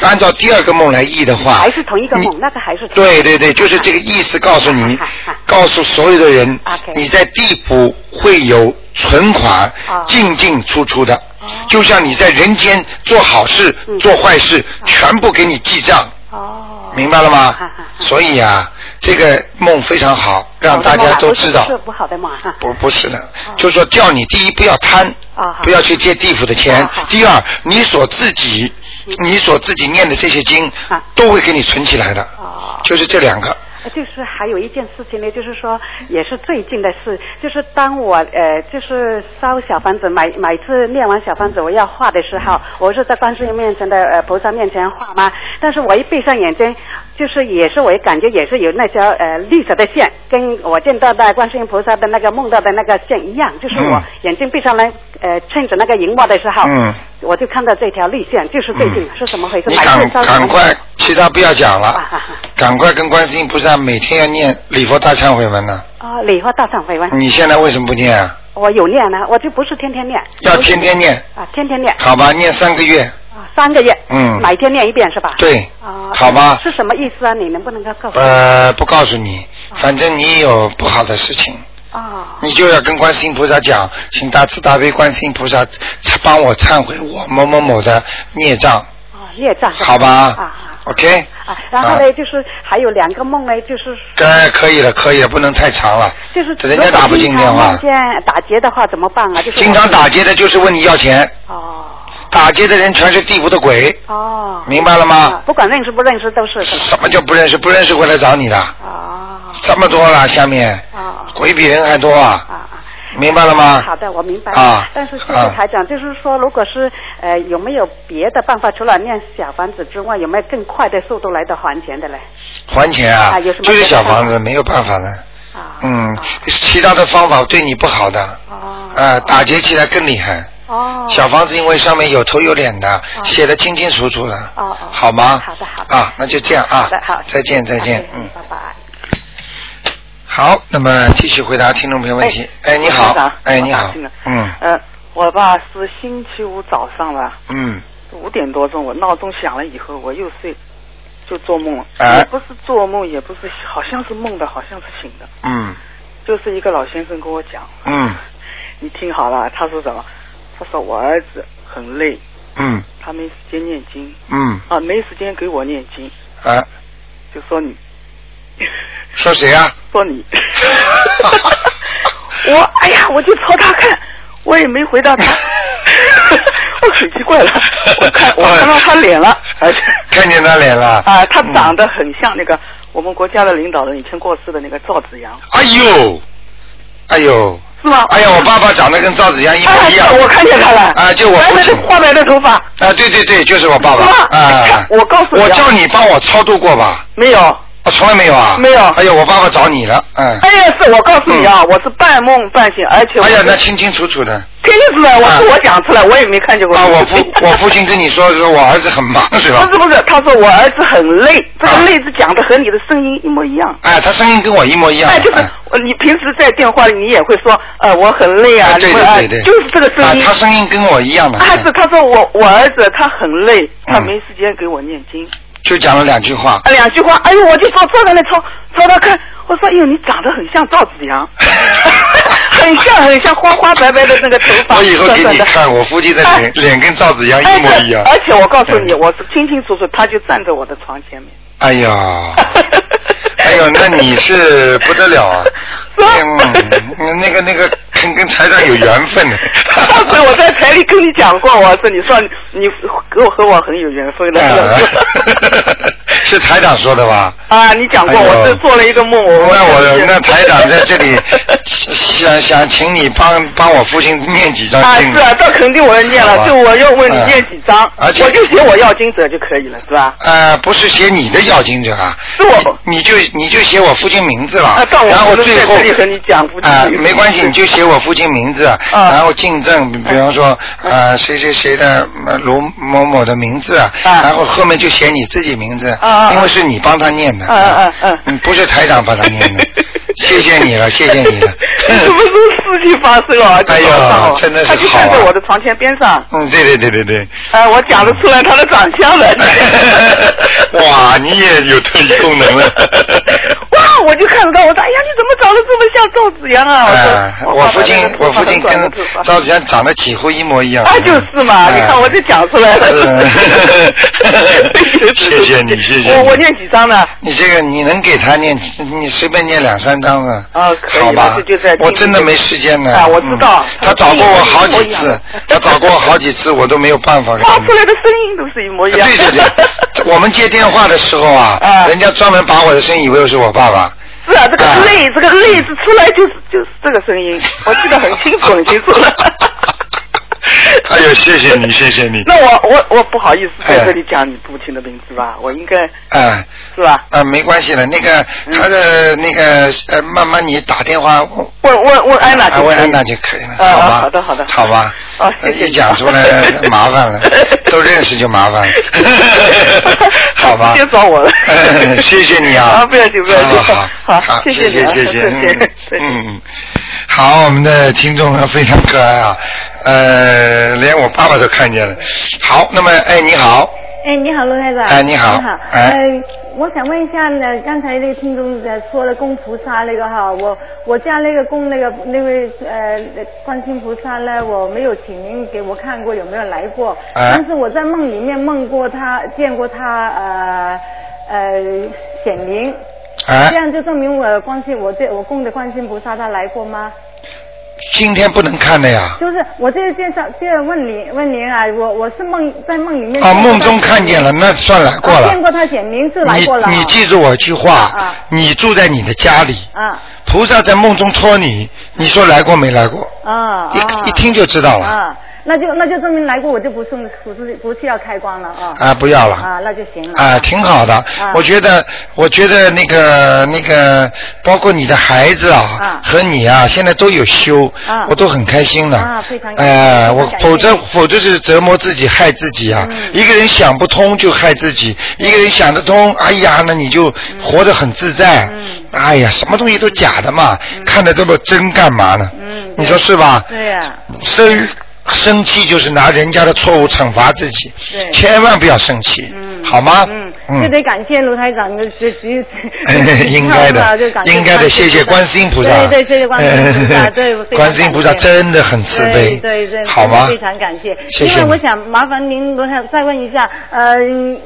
按照第二个梦来译的话，
还是同一个梦，那个还是同一个
对对对，就是这个意思，告诉你，告诉所有的人，你在地府会有存款
哦
进进出出的，就像你在人间做好事、
嗯
做坏事，全部给你记账。
哦
明白了吗？所以啊，这个梦非常好，让大家都知道
不。是不好的梦哈。
不不是的，
哦
就说叫你第一不要贪，不要去借地府的
哦
钱；第二，你所自己
嗯
你所自己念的这些经，
啊
都会给你存起来的。
哦
就是这两个，
呃就是还有一件事情呢，就是说也是最近的事，就是当我呃就是烧小房子，每每次念完小房子我要画的时候，我是在观世音面前的呃菩萨面前画嘛，但是我一闭上眼睛，就是也是我感觉也是有那条呃绿色的线，跟我见到的观世音菩萨的那个梦到的那个线一样，就是我
嗯
眼睛闭上来呃趁着那个荧幕的时候，
嗯
我就看到这条绿线，就是最近、是怎么回事？
你
每
赶
次烧小啊
赶
房子
快，其他不要讲了，赶快跟观世音菩萨每天要念礼佛大忏悔文呢。
啊，礼花大忏悔文。
你现在为什么不念啊？
我有念呢，我就不是天天念。
要天天念
啊，天天念。
好吧，念三个月，
啊三个月。
嗯
每天念一遍是吧？。
对，
啊。
好吧
是什么意思啊？你能不能够告诉我？
呃，不告诉你，反正你有不好的事情。
啊
你就要跟观世音菩萨讲，请大慈大悲观世音菩萨帮我忏悔我某某某的孽障，
啊，业障。
好吧
啊
？OK，
啊，然后呢，就是还有两个梦呢，就是
该可以了，可以了，不能太长了。
就是
人家打不进电话
如果经常梦见打劫的话怎么办啊？就是
经常打劫的就是问你要钱。哦。打劫的人全是地府的鬼。
哦。
明白了吗？
不管认识不认识都是
什么叫不认识？不认识会来找你的。哦。这么多了，下面。鬼比人还多啊。明白了吗？
好的，我明白了。
啊
但是谢谢
啊
台长，就是说，如果是呃，有没有别的办法，除了念小房子之外，有没有更快的速度来的还钱的嘞？
还钱啊
啊有什，么
就是
别的
小
办法啊
房子，没有办法的。嗯，其他的方法对你不好的。啊，打劫起来更厉害。
哦。
小房子因为上面有头有脸的，写的清清楚楚的。
啊
哦
好吗？
好的，好的。
啊，那就这样啊。
好的好
再见，再见
好。
嗯，
拜拜。
好，那么继续回答听众朋友问题。哎，你
台
好
长。
哎，你
我打
好
进来。
嗯
呃，我吧是星期五早上吧，
嗯
五点多钟，我闹钟响了以后，我又睡，就做梦了，
哎
也不是做梦，也不是，好像是梦的，好像是醒的，
嗯
就是一个老先生跟我讲，
嗯
你听好了，他说什么？他说我儿子很累，
嗯
他没时间念经，
嗯
啊，没时间给我念经，
啊，
就说你，
说谁啊？
说你， 我哎呀，我就朝他看，我也没回 到他，我很奇怪了，我看我看到他脸了，而且
看见他脸了。嗯
啊，他长得很像那个我们国家的领导人以前过世的那个赵紫阳，
哎呦，哎呦。
是吗？
哎呀，我爸爸长得跟赵子阳一模一样。
哎我看见他了哎
啊，就我父亲。
花白的头发。
啊，对对对，就是我爸爸。啊，
我告诉你啊
我叫你帮我超度过吧。
没有。
我从来没有啊。
没有
哎呦，我爸爸找你了，嗯。
哎呀，是我告诉你啊，我是半梦半醒，而且我
哎呀，那清清楚楚的。
听出来，我是
啊
我讲出来，我也没看见过。
啊，我父我父亲跟你说说我儿子很忙是吧啊
不？是不是，他说我儿子很累，这个累字讲的和你的声音一模一样。
哎，他声音跟我一模一样。
哎，就是呃你平时在电话里你也会说，呃，我很累啊，
哎对
你会啊
对对对
就是这个声音。
啊他声音跟我一样的
啊还是他说我我儿子他很累，他
嗯
没时间给我念经。
就讲了两句话。
啊，两句话，哎呦，我就朝这个来朝朝他看，我说，哎呦，你长得很像赵子 阳，很像很像花花白白的那个头发，
我以后给
短
你
短的
看，我父亲的脸、
哎
脸跟赵子阳一模一样。嗯
而且我告诉你，我是清清楚楚，他就站在我的床前 面。
哎 呀，嗯哎呦，那你是不得了啊！嗯，那个那个，跟跟台上有缘分 的。
上次我在台里跟你讲过，我说你说你和我和我很有缘分的。
嗯是台长说的吧？
啊，你讲过，
哎呦
我是做了一个梦，我
那我那台长在这 里想想请你帮帮我父亲念几张
啊
经。
是啊，这肯定我要念
好吧
了，就我要问你
啊
念几张，
而且
我就写我要经者就可以了，是吧？
呃，不是写你的要经者啊，
是我
你就你就写我父亲名字了，
啊，但
然后
我不能
最
在
后
这里和你讲，不
啊、没关系，你就写我父亲 名字，
哦
然后进证，比比方说
嗯
呃谁谁谁的呃卢某某的名字，
嗯
然后后面就写你自己名字，
啊
因为是你帮他念的，
嗯嗯嗯
嗯不是台长帮他念 的，谢谢你了，谢谢你了，
是不是事情发生了？就
哎呦
早上哦
真的是
他就
好啊
站在我的床前边上，
嗯，对对对对对。
呃，我讲得出来他的长 相了。
哇，你也有特异功能 了！
哇！我就看得到，我说哎呀，你怎么长得这么像赵子阳啊？
哎，
我说
我父亲，我
我
父
爸爸
亲
那个
跟
头发很短的头 发
赵子阳长得几乎一模一样。
啊，就是嘛，
哎呃
你看我就讲出来了。
嗯 谢谢你，谢谢你。
我我念几张呢？
你这个你能给他念，你随便念两三张啊，
啊可以
好吧
老师就在？
我真的没时间呢。
啊我知道
嗯他找过我好几
他一模一
次
样，
他找过我好几次，我都没有办法给
发
他
出
念。
来的声音都是一模一样。
对对对，我们接电话的时候啊，
啊
人家专门把我的声音以为是我爸爸。
是啊，这个
啊
泪，这个泪是出来就是就是这个声音，我记得很清楚，很清楚了。
哎呦，谢谢你，谢谢你。
那我我我不好意思在这里讲你父亲的名字吧，我应该
哎
是吧？嗯
啊，没关系的，那个他的那个呃，慢慢你打电话问啊
问问问安娜就可以，
问安娜就可以了，
啊
好吧？
啊好的好的
好吧。
哦谢谢
呃一讲出 来麻烦了，都认识就麻烦了，好吧？
别找我了
谢谢你啊！
啊不要紧不要紧
好好好，
好
好
谢
谢
谢你啊
谢谢
再见
嗯
再见
嗯。嗯好，我们的听众啊非常可爱啊，呃，连我爸爸都看见了。好，那么哎，你好，
哎，你好，罗台长。
哎你好
你好。
哎
呃，我想问一下呢，刚才那个听众在说了供菩萨那个哈，我我家那个供那个那位呃观世音菩萨呢，我没有请您给我看过有没有来过，
哎
但是我在梦里面梦过他，见过他呃呃显灵，
哎
这，样就证明我关心我这我供的观世音菩萨他来过吗？
今天不能看的呀。
就是我这个介绍，这个问您问您啊，我我是梦在梦里面
啊，
见过
梦
他啊
中看见了，那算来过了。
见过他显灵是来过了啊。
你你记住我一句话，
啊啊
你住在你的家里，
啊
菩萨在梦中托你，你说来过没来过？
啊
一、
啊
一听就知道了。啊
啊，那就那就证明来过，我就不送不是不需要开光了啊。
不要了。
啊，那就行了。
啊，挺好的。我觉得，我觉得那个那个，包括你的孩子啊，
啊
和你啊，现在都有修，
啊
我都很开心的。
啊非常感谢
哎、我
非常感谢嗯
否则否则是折磨自己，害自己啊、一个人想不通就害自己，一个人想得通，哎呀，那你就
嗯
活得很自在。哎呀，什么东西都假的嘛，看得这么真干嘛呢？
嗯
你说是吧？
对
啊
呀、
生生气就是拿人家的错误惩罚自己，
对
千万不要生气，好吗？
嗯，就得感谢卢台长的这这
应该的
就感，谢
应该的，谢谢观世音菩萨。
对对，谢谢观世音菩萨，对，非常
观世音菩萨
感谢
真的很慈悲，
对对对，
好吗？
非常感谢。
谢谢
另
你
外，我想麻烦您罗太再问一下，呃，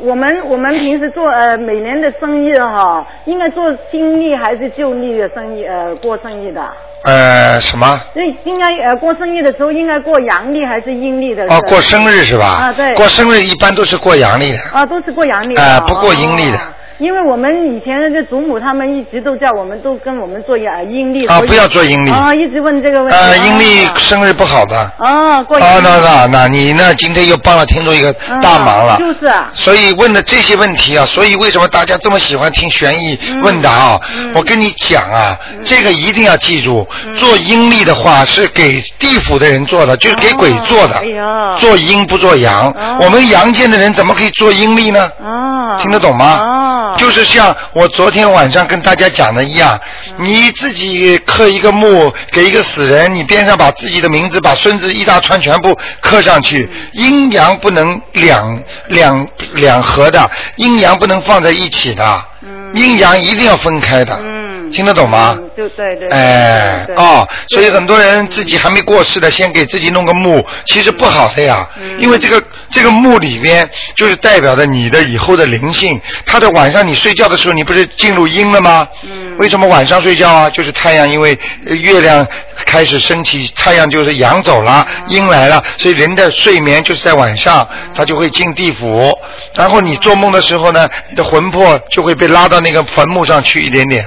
我们我们平时做呃每年的生意哈，应该做新历还是旧历的生意呃过生意的？
呃，什么？
所以应该呃过生日的时候应该过阳历还是阴历的？
哦，过生日是吧？
啊对
过生日一般都是过阳历的。
啊，都是过阳历的
啊不过阴历的
哦因为我们以前的祖母他们一直都叫我们都跟我们做阳阴历
啊，
所以
不要做阴历。
啊，一直问这个问题。
呃，阴历
啊
生日不好的。
哦，过阳
哦，
历
那那那你呢？今天又帮了听众一个大忙了。
嗯就是啊
所以问的这些问题啊，所以为什么大家这么喜欢听
嗯
悬疑问答啊？我跟你讲啊，这个一定要记住，
嗯
做阴历的话是给地府的人做的，就是给鬼做的
哦哎，呀
做阴不做阳。我们阳间的人怎么可以做阴历呢？
哦，
听得懂吗？
哦，
就是像我昨天晚上跟大家讲的一样，
嗯
你自己刻一个墓给一个死人，你边上把自己的名字、把孙子一大串全部刻上去，
嗯
阴阳不能两两两合的，阴阳不能放在一起的，阴阳一定要分开的。
嗯
听得懂吗？
嗯，就对对。
哎
对，对
哦，所以很多人自己还没过世的，先给自己弄个墓，其实不好的呀，
嗯
因为这个这个墓里边就是代表着你的以后的灵性。它在晚上你睡觉的时候，你不是进入阴了吗？
嗯
为什么晚上睡觉啊？就是太阳，因为呃月亮开始升起，太阳就是阳走了，
嗯
阴来了，所以人的睡眠就是在晚上，他就会进地府。然后你做梦的时候呢，你的魂魄就会被拉到那个坟墓上去一点点。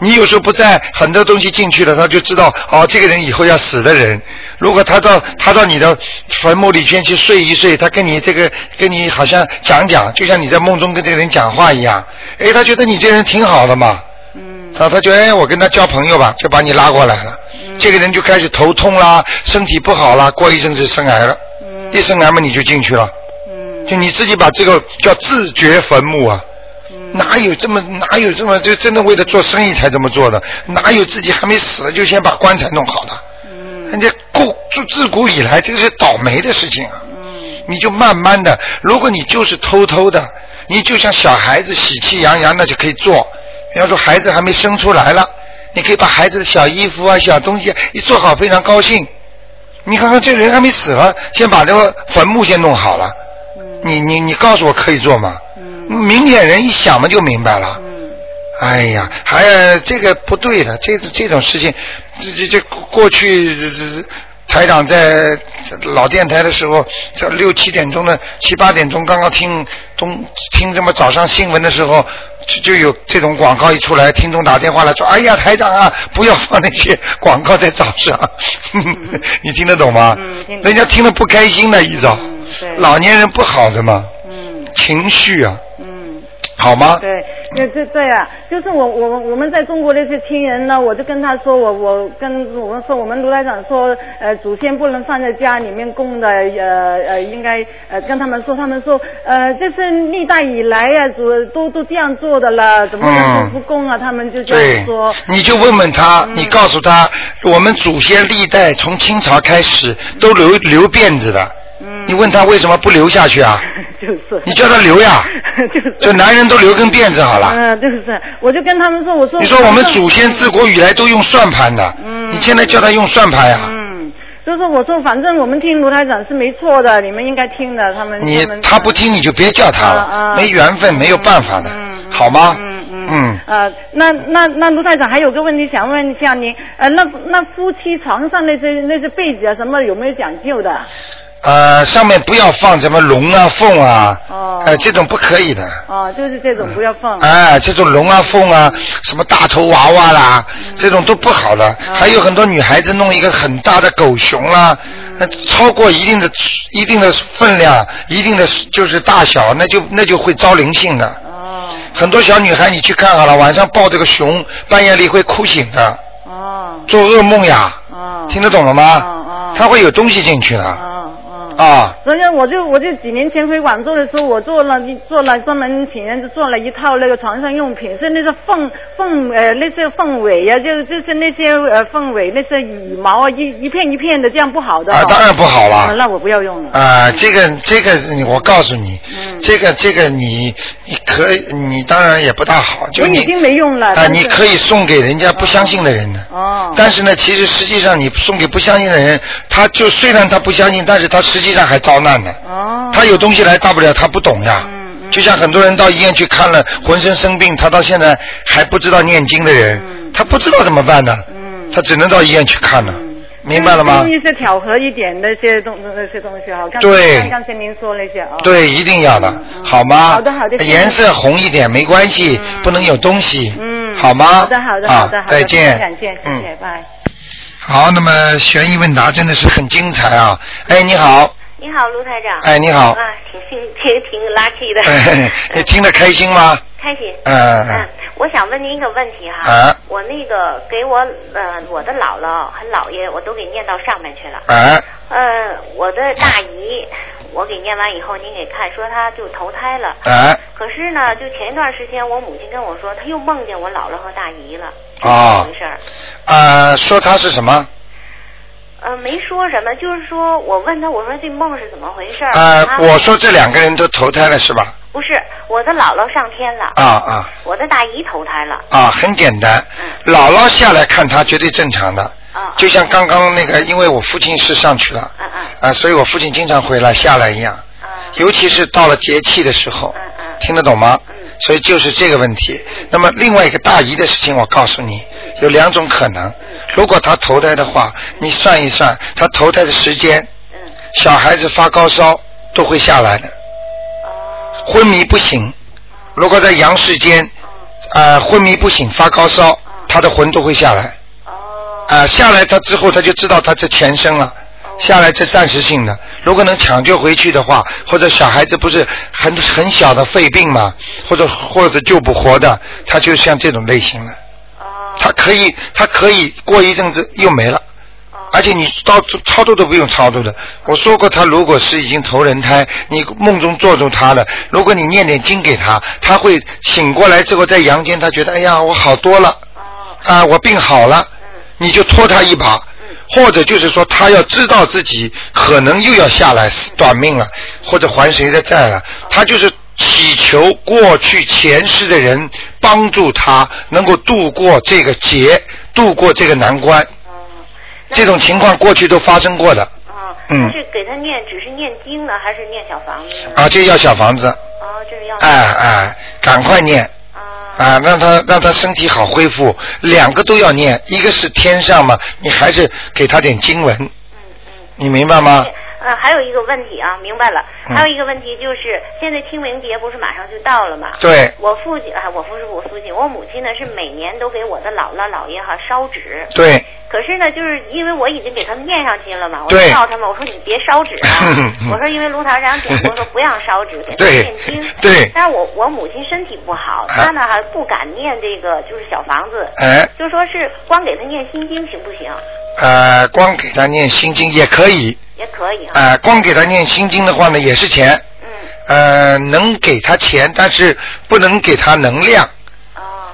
你有时候不在，很多东西进去了，他就知道哦，这个人以后要死的人。如果他到他到你的坟墓里边去睡一睡，他跟你这个跟你好像讲讲，就像你在梦中跟这个人讲话一样，哎，他觉得你这人挺好的嘛。啊，他觉得哎，我跟他交朋友吧，就把你拉过来了。这个人就开始头痛啦，身体不好啦，过一阵子生癌了，一生癌嘛你就进去了。就你自己把这个叫自掘坟墓啊。哪有这么哪有这么就真的为了做生意才这么做的？哪有自己还没死就先把棺材弄好的？人家古自自古以来这个是倒霉的事情啊。你就慢慢的，如果你就是偷偷的，你就像小孩子喜气洋洋那就可以做。比方说孩子还没生出来了，你可以把孩子的小衣服啊、小东西、啊、一做好，非常高兴。你看看这人还没死了，先把这个坟墓先弄好了。你你你告诉我可以做吗？明眼人一想嘛就明白了。哎呀，还、有这个不对的，这这种事情，这这这过去这这台长在老电台的时候，这六七点钟的七八点钟刚刚听东听什么早上新闻的时候，就就有这种广告一出来，听众打电话来说：“哎呀，台长啊，不要放那些 广告在早上。” 你听得懂嗯吗？人家嗯听了不开心的，一早、老年人不好的嘛，情绪啊，好吗？
对，那对对啊，就是我我们我们在中国的一些亲人呢，我就跟他说，我我跟我们说，我们卢台长说，呃，祖先不能放在家里面供的，呃呃，应该呃跟他们说，他们说，呃，这是历代以来啊，祖都都这样做的了，怎么能不供啊？他们就这
嗯
样
对
说，，嗯
你就问问他，你告诉他，我们祖先历代从清朝开始都留留辫子的，
嗯
你问他为什么不留下去 啊？
就是
你叫他留呀，
就是
就男人都留根辫子好了。
嗯、就是，我就跟他们说，我说
你说我们祖先自古以来都用算盘的，
嗯
你现在叫他用算盘呀、
就是我说，反正我们听卢台长是没错的，你们应该听的。他们
你
他们嗯
他不听你就别叫他
啊
了，
啊
没缘分，没有办法的，
嗯
好吗？嗯，
呃，那那那卢台长还有个问题想问一下您，呃，那那夫妻床上那些那些被子啊什么有没有讲究的？
呃，上面不要放什么龙啊、凤啊，呃，这种不可以的。
哦，就是这种不要放。
哎，这种龙啊、凤啊、什么大头娃娃啦，这种都不好的。还有很多女孩子弄一个很大的狗熊啦，那超过一定的、一定的分量、一定的就是大小，那就那就会招灵性的。很多小女孩，你去看好了，晚上抱这个熊，半夜里会哭醒的。做噩梦呀。听得懂了吗？它会有东西进去的。啊。
所以我就我就几年前回广州的时候，我做了一做了专门请人做了一套那个床上用品，是那个凤凤呃那些凤尾呀、就就是那些呃凤尾那些羽毛啊，一一片一片的，这样不好的、
啊当然不好啦
嗯那我不要用了。
啊、这个这个，我告诉你，
嗯
这个这个你你可以，你当然也不大好，就
我
你
已经没用了。
啊、
但是
你可以送给人家不相信的人的。
哦。
但是呢，其实实际上你送给不相信的人，他就虽然他不相信，但是他实际上还遭难呢。
哦。嗯
他有东西来，大不了他不懂呀。就像很多人到医院去看了，浑身生病，他到现在还不知道念经的人，
嗯
他不知道怎么办呢？他只能到医院去看了，
嗯
明白了吗？
用一些调和一点的一些东那些东西哈，刚才
对
刚刚才您说那些啊。嗯
对，一定要的，好吗？
好的好的谢谢
颜色红一点没关系，不能有东西，嗯，好吗？
好的好的
啊
好的，好的
再
非常感
见。嗯
谢，谢谢，拜。
好，那么悬疑问答真的是很精彩啊！哎，你好，
你好，卢台长。
哎你好
啊，挺幸， 挺挺 lucky 的。
你听得开心吗？
开心。
嗯
嗯，我想问您一个问题哈。
啊
我那个给我呃我的姥姥和姥爷我都给念到上面去了。
哎，
呃，我的大姨我给念完以后，您给看说她就投胎了。
哎，
可是呢，就前一段时间，我母亲跟我说，她又梦见我姥姥和大姨了，
哦
怎么回事儿？
啊，说他是什么？
呃，没说什么，就是说我问她，我说这梦是怎么回事儿？
啊
她，
我说这两个人都投胎了是吧？
不是，我的姥姥上天了，
啊啊
我的大姨投胎了。
啊，很简单。姥姥下来看他绝对正常的。就像刚刚那个，因为我父亲是上去了。啊，所以我父亲经常回来下来一样。尤其是到了节气的时候。听得懂吗？所以就是这个问题。那么另外一个大姨的事情，我告诉你，有两种可能。如果他投胎的话，你算一算，他投胎的时间，小孩子发高烧都会下来的，昏迷不醒。如果在阳世间，呃，昏迷不醒发高烧，他的魂都会下来。啊，下来他之后他就知道他这前生了。下来这暂时性的，如果能抢救回去的话，或者小孩子不是很很小的肺病嘛，或者或者救不活的，他就像这种类型的。他可以，他可以过一阵子又没了，而且你到超度都不用超度的。我说过，他如果是已经投人胎，你梦中做住他了，如果你念点经给他，他会醒过来之后在阳间，他觉得哎呀我好多了，啊我病好了，你就拖他一把。或者就是说，他要知道自己可能又要下来死短命了，或者还谁的债了，他就是祈求过去前世的人帮助他，能够度过这个劫，度过这个难关。这种情况过去都发生过的。
他
嗯，
是给他念，只是念经呢，还是念小房子呢？
啊，这要小房子。哎哎，赶快念。啊，让他让他身体好恢复，两个都要念，一个是天上嘛，你还是给他点经文，你明白吗？
呃，还有一个问题啊，明白了。
嗯
还有一个问题就是，现在清明节不是马上就到了吗？
对
我父亲啊，我父是我父亲，我母亲呢是每年都给我的姥姥姥爷哈烧纸。
对。
可是呢，就是因为我已经给他们念上去了嘛，我就
对，
告他们，我说你别烧纸啊 我说因为卢台长讲过说不让烧纸，给他们
对
念经。
对啊
但是我我母亲身体不好，她呢还不敢念这个就是小房子，
哎
就说是光给她念心经行不行？
呃，光给他念心经也可以，
也可以啊。
呃，光给他念心经的话呢，也是钱。呃，能给他钱，但是不能给他能量。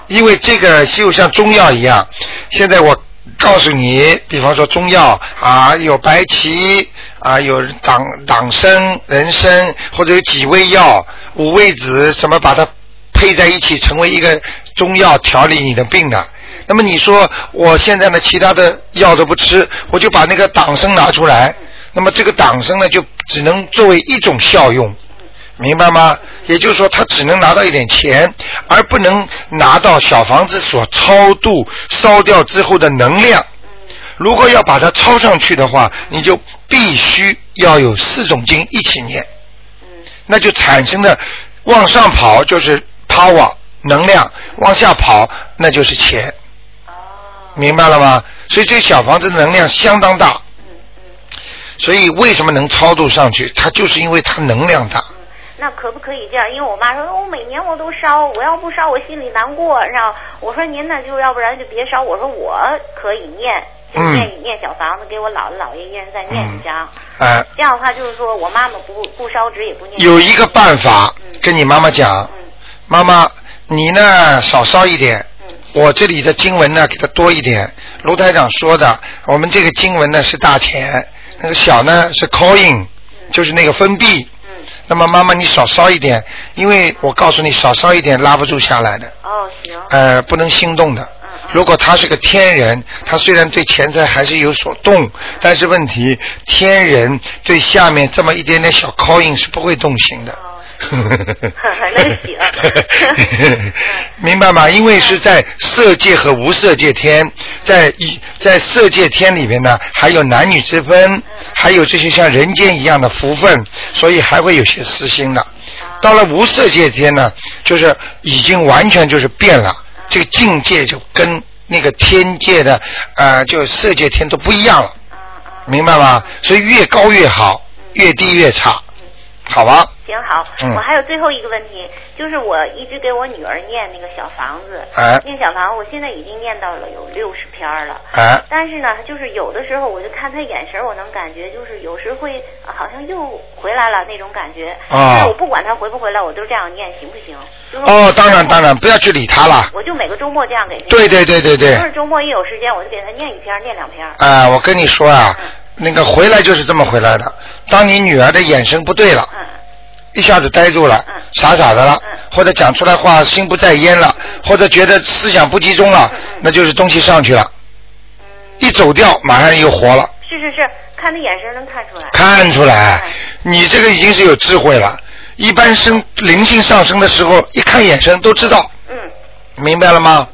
因为这个就像中药一样，现在我告诉你，比方说中药啊，有白芪啊，有党党参、人参，或者有几味药、五味子，什么把它配在一起，成为一个中药调理你的病的。那么你说我现在呢，其他的药都不吃，我就把那个党参拿出来，那么这个党参呢，就只能作为一种效用。明白吗？也就是说，他只能拿到一点钱，而不能拿到小房子所超度烧掉之后的能量。如果要把它抄上去的话，你就必须要有四种经一起念，那就产生的往上跑就是 power 能量，往下跑那就是钱，明白了吗？所以这小房子的能量相当大，所以为什么能超度上去？它就是因为它能量大。
那可不可以这样？因为我妈说，我每年我都烧，我要不烧我心里难过。然后我说您呢，就要不然就别烧。我说我可以念，就
嗯
愿意念小房子，给我姥姥姥爷一人再念一张。
哎、
这样的话就是说我妈妈不不烧纸也不念。
有一个办法跟你妈妈讲，妈妈，你呢少烧一点，我这里的经文呢给它多一点。卢台长说的，我们这个经文呢是大钱，那个小呢是 coin，就是那个分币。那么妈妈你少烧一点，因为我告诉你少烧一点拉不住下来的。
哦，行。
呃，不能心动的。如果他是个天人，他虽然对钱财还是有所动，但是问题天人对下面这么一点点小 coin 是不会动心的。
那就行
明白吗？因为是在色界和无色界天，在一在色界天里面呢，还有男女之分，还有这些像人间一样的福分，所以还会有些私心的。到了无色界天呢，就是已经完全就是变了，这个境界就跟那个天界的呃，就色界天都不一样了，明白吗？所以越高越好，越低越差，好吧？
行好，
嗯
我还有最后一个问题，就是我一直给我女儿念那个小房子，
哎
念小房子，我现在已经念到了有六十篇儿了。
哎
但是呢，就是有的时候我就看她眼神儿，我能感觉就是有时会、啊好像又回来了那种感觉。
哦
但是我不管她回不回来，我都这样念，行不行？就是说
哦，当然当然，不要去理他了。
我就每个周末这样给她。
对对对对对
就是周末一有时间，我就给她念一篇儿，念两篇儿。
啊、我跟你说啊，那个回来就是这么回来的。当你女儿的眼神不对了，一下子呆住了，傻傻的了，或者讲出来话心不在焉了，或者觉得思想不集中了，那就是东西上去了，一走掉马上又活了。
是是是，看那眼神能看出来。
看出来，你这个已经是有智慧了。一般升灵性上升的时候，一看眼神都知道。嗯。明白了吗？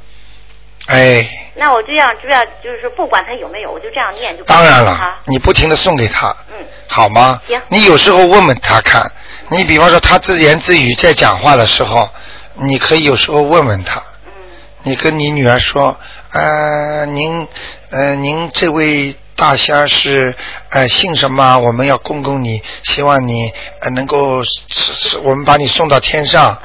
哎，
那我这样这样就是说不管他有没有，我就这样念就可以
当然
啊
了，你不停的送给他，
嗯，
好吗？
行
你有时候问问他看，你比方说他自言自语在讲话的时候，你可以有时候问问他。你跟你女儿说，呃，您，呃，您这位大仙儿是呃姓什么啊？我们要供供你，希望你呃能够是是，我们把你送到天上。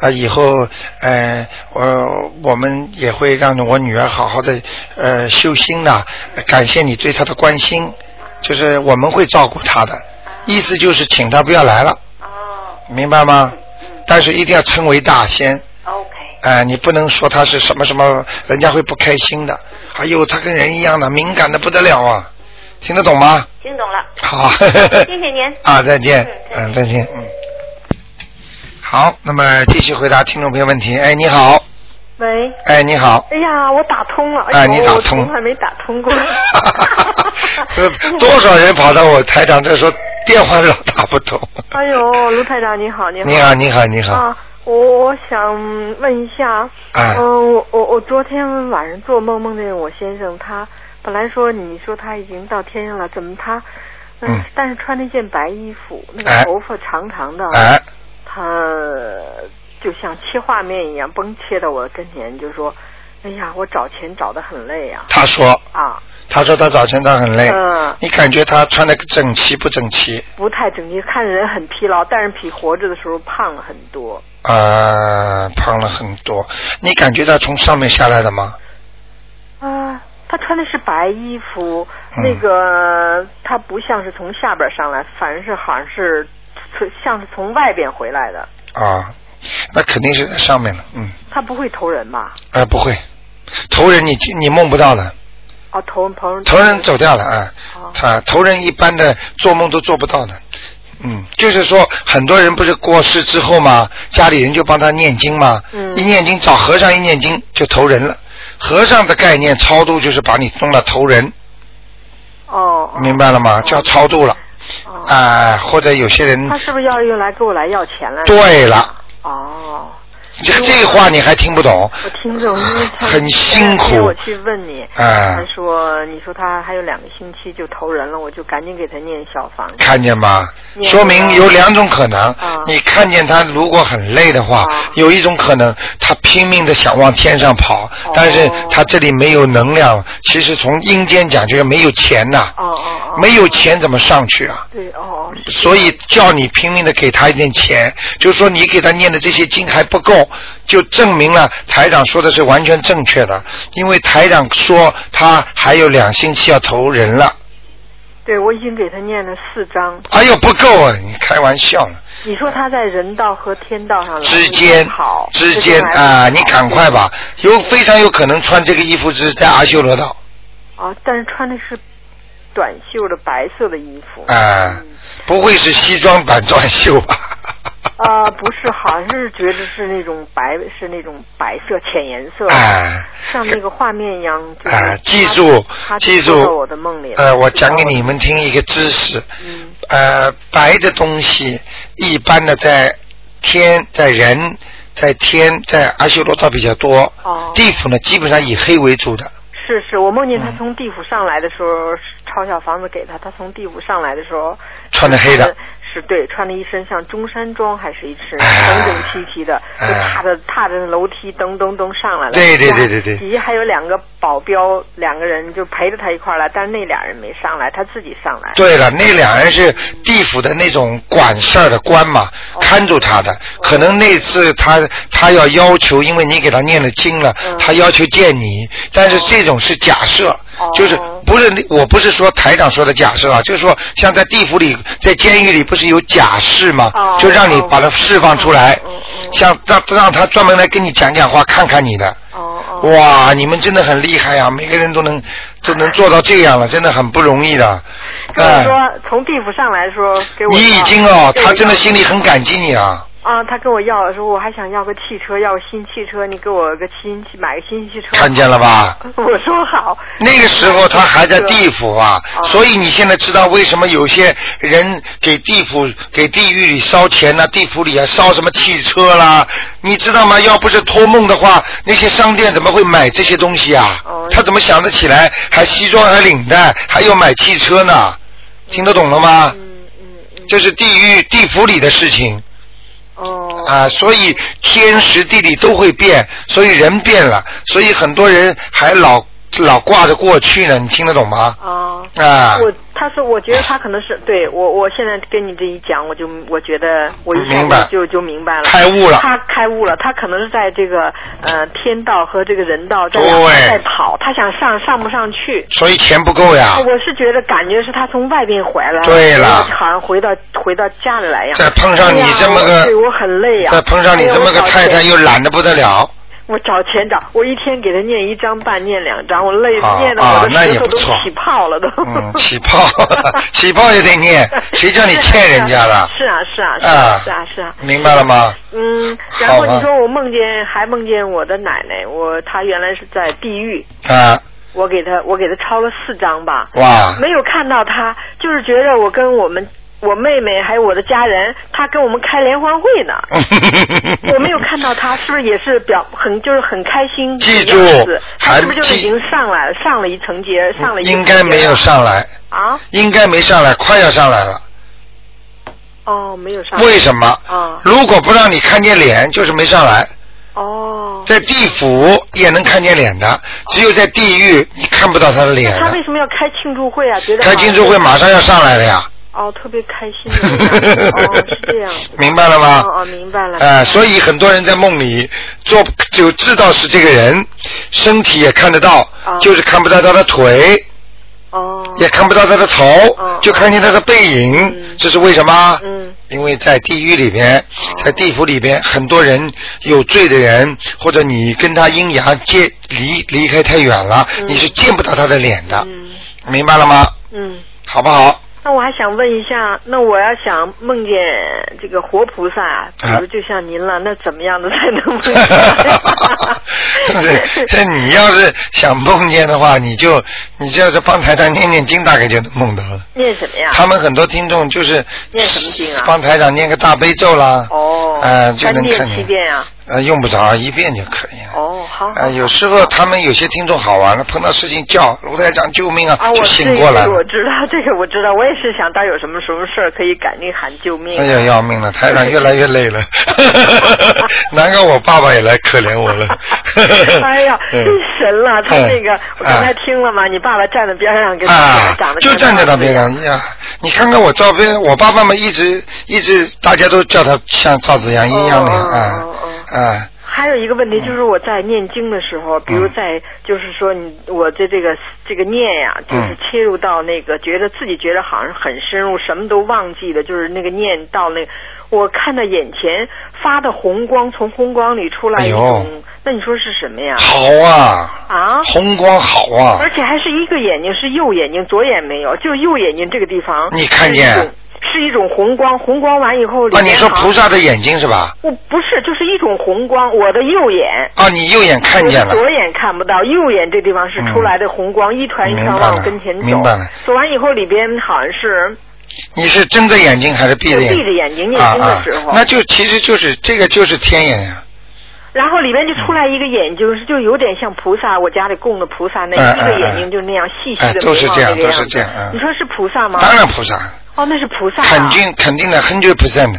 啊，以后呃，我我们也会让我女儿好好的呃修心的、呃感谢你对她的关心，就是我们会照顾她的，意思就是请她不要来了，明白吗？但是一定要称为大仙。哎、你不能说她是什么什么，人家会不开心的。还有她跟人一样的，敏感的不得了啊，听得懂吗？
听懂了。
好，
谢谢您。
啊，再见，嗯，再见，嗯。好，那么继续回答听众朋友问题。哎，你
啊
好，
喂。
哎，你好，
哎呀，我打通了。
哎
呦
你打通
我从来没打 通过。
呃多少人跑到我台长这说电话老打不通。
哎呦，卢台长你好，你好。
你好你好你好
啊，我我想问一下，
哎
嗯、我我我昨天晚上做梦梦见我先生，他本来说你说他已经到天上了，怎么他？嗯，
嗯
但是穿了一件白衣服，那个
哎
头发长长的，
哎，
他就像切画面一样，崩切到我的跟前，就说：“哎呀，我找钱找的很累啊。”
他说
啊，
他说他早晨他很累，
嗯
你感觉他穿的整齐不整齐？
不太整齐，看着人很疲劳，但是比活着的时候胖了很多。
啊，胖了很多。你感觉到从上面下来的吗？
啊，他穿的是白衣服，
嗯
那个他不像是从下边上来，反正是好像是从像是从外边回来的。
啊，那肯定是在上面了。嗯，
他不会投人吧？
啊，不会，头人你你梦不到的，
哦，投人投人
头人走掉了啊。
哦
他头人一般的做梦都做不到的。嗯，就是说很多人不是过世之后嘛，家里人就帮他念经嘛，
嗯
一念经找和尚一念经就投人了。和尚的概念超度就是把你弄了投人，
哦，
明白了吗？叫超度了。啊、或者有些人
他是不是要用来给我来要钱来？
对了。
哦。
这这话你还听不懂？
我听懂，因为他
很辛苦
前两天我去问你，
哎
他说你说他还有两个星期就投人了，我就赶紧给他念小房子。
看见吗？
念
说明有两种可能
啊，
你看见他如果很累的话，有一种可能他拼命的想往天上跑，
哦
但是他这里没有能量。其实从阴间讲就是没有钱呐，没有钱怎么上去啊？
哦对哦，
所以叫你拼命的给他一点钱，就是说你给他念的这些经还不够，就证明了台长说的是完全正确的，因为台长说他还有两星期要投人了。
对我已经给他念了四章。
哎呦，不够啊！你开玩笑呢。
你说他在人道和天道上来
之间
嗯好，
之间啊、你赶快吧，有非常有可能穿这个衣服是在阿修罗道
啊，但是穿的是短袖的白色的衣服
啊、
嗯
不会是西装版短袖 吧？
啊、不是，好像是觉得是那种白，是那种白色浅颜色，
哎
像那个画面一样。就是
哎
他
记住
他
记住
就到我的梦里了。嗯
呃，我讲给你们听一个知识，呃，白的东西一般的在天在人在天在阿修罗道比较多，地府呢基本上以黑为主的。
哦是是，我梦见他从地府上来的时候，抄小房子给他。他从地府上来的时候，
穿着黑的
是，是对，穿了一身像中山装还是一身
啊
整整齐齐的，就
哎
踏着踏着楼梯噔噔噔上来了。
对对
家
对对对
以及还有两个保镖，两个人就陪着他一块儿来，但是那俩人没上来，他自己上来。
对了，那两人是地府的那种管事儿的官嘛，看住他的。可能那次他他要要求，因为你给他念了经了，他要求见你，但是这种是假设，就是不是那我不是说台长说的假设啊，就是说像在地府里，在监狱里不是有假释嘛，就让
哦
你把他释放出来，像让让他专门来跟你讲讲话，看看你的。哇，你们真的很厉害呀、每个人都能都能做到这样了，真的很不容易的。
就是
哎，
说从地府上来说给我要。
你已经哦，
给我
他真的
要
心里很感激你啊。
啊，他跟我要了，说我还想要个汽车，要个新汽车，你给我个新汽，买个新汽车。
看见了吧？
我说好。
那个时候他还在地府啊，所以你现在知道为什么有些人给地府、给地狱里烧钱呐、地府里还烧什么汽车啦，你知道吗？要不是托梦的话，那些商店怎么会买这些东西啊？他怎么想得起来还西装还领带，还要买汽车呢？听得懂了吗？这是地狱地府里的事情。
哦
啊，所以天时地利都会变，所以人变了，所以很多人还老老挂着过去呢，你听得懂吗？
啊。
啊，
我他说，我觉得他可能是对我，我现在跟你这一讲，我就我觉得我一下
明白
子就就明白了，
开悟了
他开悟了，他可能是在这个呃天道和这个人道在
对
在跑，他想上上不上去。
所以钱不够呀，
我是觉得感觉是他从外边回来，
对了
好像回到回到家里来一样。
再碰上你
哎呀
这么个
我对我很累呀、
再碰上你这么个太
哎
太又懒得不得了，
我找钱找，我一天给他念一张半，念两张，我累
好
念的
啊
我的
那也
舌头
不
都
错
起泡了都。
嗯，起泡，起泡也得念，谁叫你欠人家的？
是啊是啊是
啊
啊是啊是啊。
明白了吗？
嗯，然后
好吧
你说我梦见还梦见我的奶奶，我她原来是在地狱，
啊，
我给她我给她抄了四张吧，
哇
没有看到她，就是觉得我跟我们我妹妹还有我的家人，她跟我们开联欢会 呢，我没有看到她，是不是也是表很就是很开心？
记住
这个样子她
还
是不是就
记
已经上来了上了一层节，上了一个
应该
台阶
没有
了
上来，
啊？
应该没上来，快要上来了。
哦，没有上来。
为什么？
啊
如果不让你看见脸，就是没上来。
哦。
在地府也能看见脸的，只有在地狱你看不到他的脸
那他
的。
为什么要开庆祝会啊？觉得
哎开庆祝会马上要上来了呀。
哦，特别开 心的。哦，是这样。
明白了吗？
哦哦，明白了。
呃，所以很多人在梦里做就知道是这个人，身体也看得到，
哦
就是看不到他的腿，哦，也看不到他的头，
哦
就看见他的背影，这是为什么？嗯，因为在地狱里
哦
边，在地府里边，很多人有罪的人，或者你跟他阴阳接离离开太远了，你是见不到他的脸的，明白了吗？
嗯，
好不好？
那我还想问一下，那我要想梦见这个活菩萨，啊比
啊
如就像您了，那怎么样的才能梦 见？
这你要是想梦见的话，你就你就要是帮台长念念经，大概就能梦到了。
念什么呀？
他们很多听众就是
念什么经啊？
帮台长念个大悲咒啦，
哦，
呃就
三
能看
遍七
见，
遍啊。
呃用不着一遍就可以了。
哦，好。
呃，有时候他们有些听众好玩了，碰到事情叫卢台长救命啊
啊，，
就
我
醒过来
这
了
个我，知道这个，我知道，我也是想到有什么什么事儿可以赶紧喊救命啊。
哎呀要命了，台长越来越累 了，难怪我爸爸也来可怜我了。
哎呀，
嗯
真神了！他那个
嗯，
我刚才听了嘛，你爸爸站在边上跟你
啊
讲，长得
就站在那边上，你呀，你看看我照片，我爸爸们一直一直，大家都叫他像赵子阳一样的
哦
啊啊，
还有一个问题就是我在念经的时候，比
嗯
如在就是说你我这这个这个念呀，
嗯
就是切入到那个觉得自己觉得好像很深入，什么都忘记了，就是那个念到那，我看到眼前发的红光从红光里出来
哎
一
呦
种，那你说是什么呀？
好啊，
啊，
红光好啊，
而且还是一个眼睛是右眼睛，左眼没有，就右眼睛这个地方。
你看见
是一种是一种红光，红光完以后里
啊，
面
你说
好像
菩萨的眼睛是吧？
我不是，就是一种红光。我的右眼
啊，你右眼看见
我的
了
左，眼看不到，右眼这地方是出来的红光，一团一团往我跟前走。
明白了明白了
走完以后，里边好像是
你是睁着眼睛还是闭着眼？
闭着眼睛念
啊
经的
啊
时候，
那就其实就是这个就是天眼呀，
然后里边就出来一个眼睛，是就有点像菩萨，我家里供的菩萨那
哎
一个
哎
眼睛就那样细细
哎
的
都是
眉毛
这样
那个
都是
样子
这样嗯
你说是菩萨吗？
当然菩萨，
哦，那是菩萨、啊。
肯定肯定的，hundred percent 的，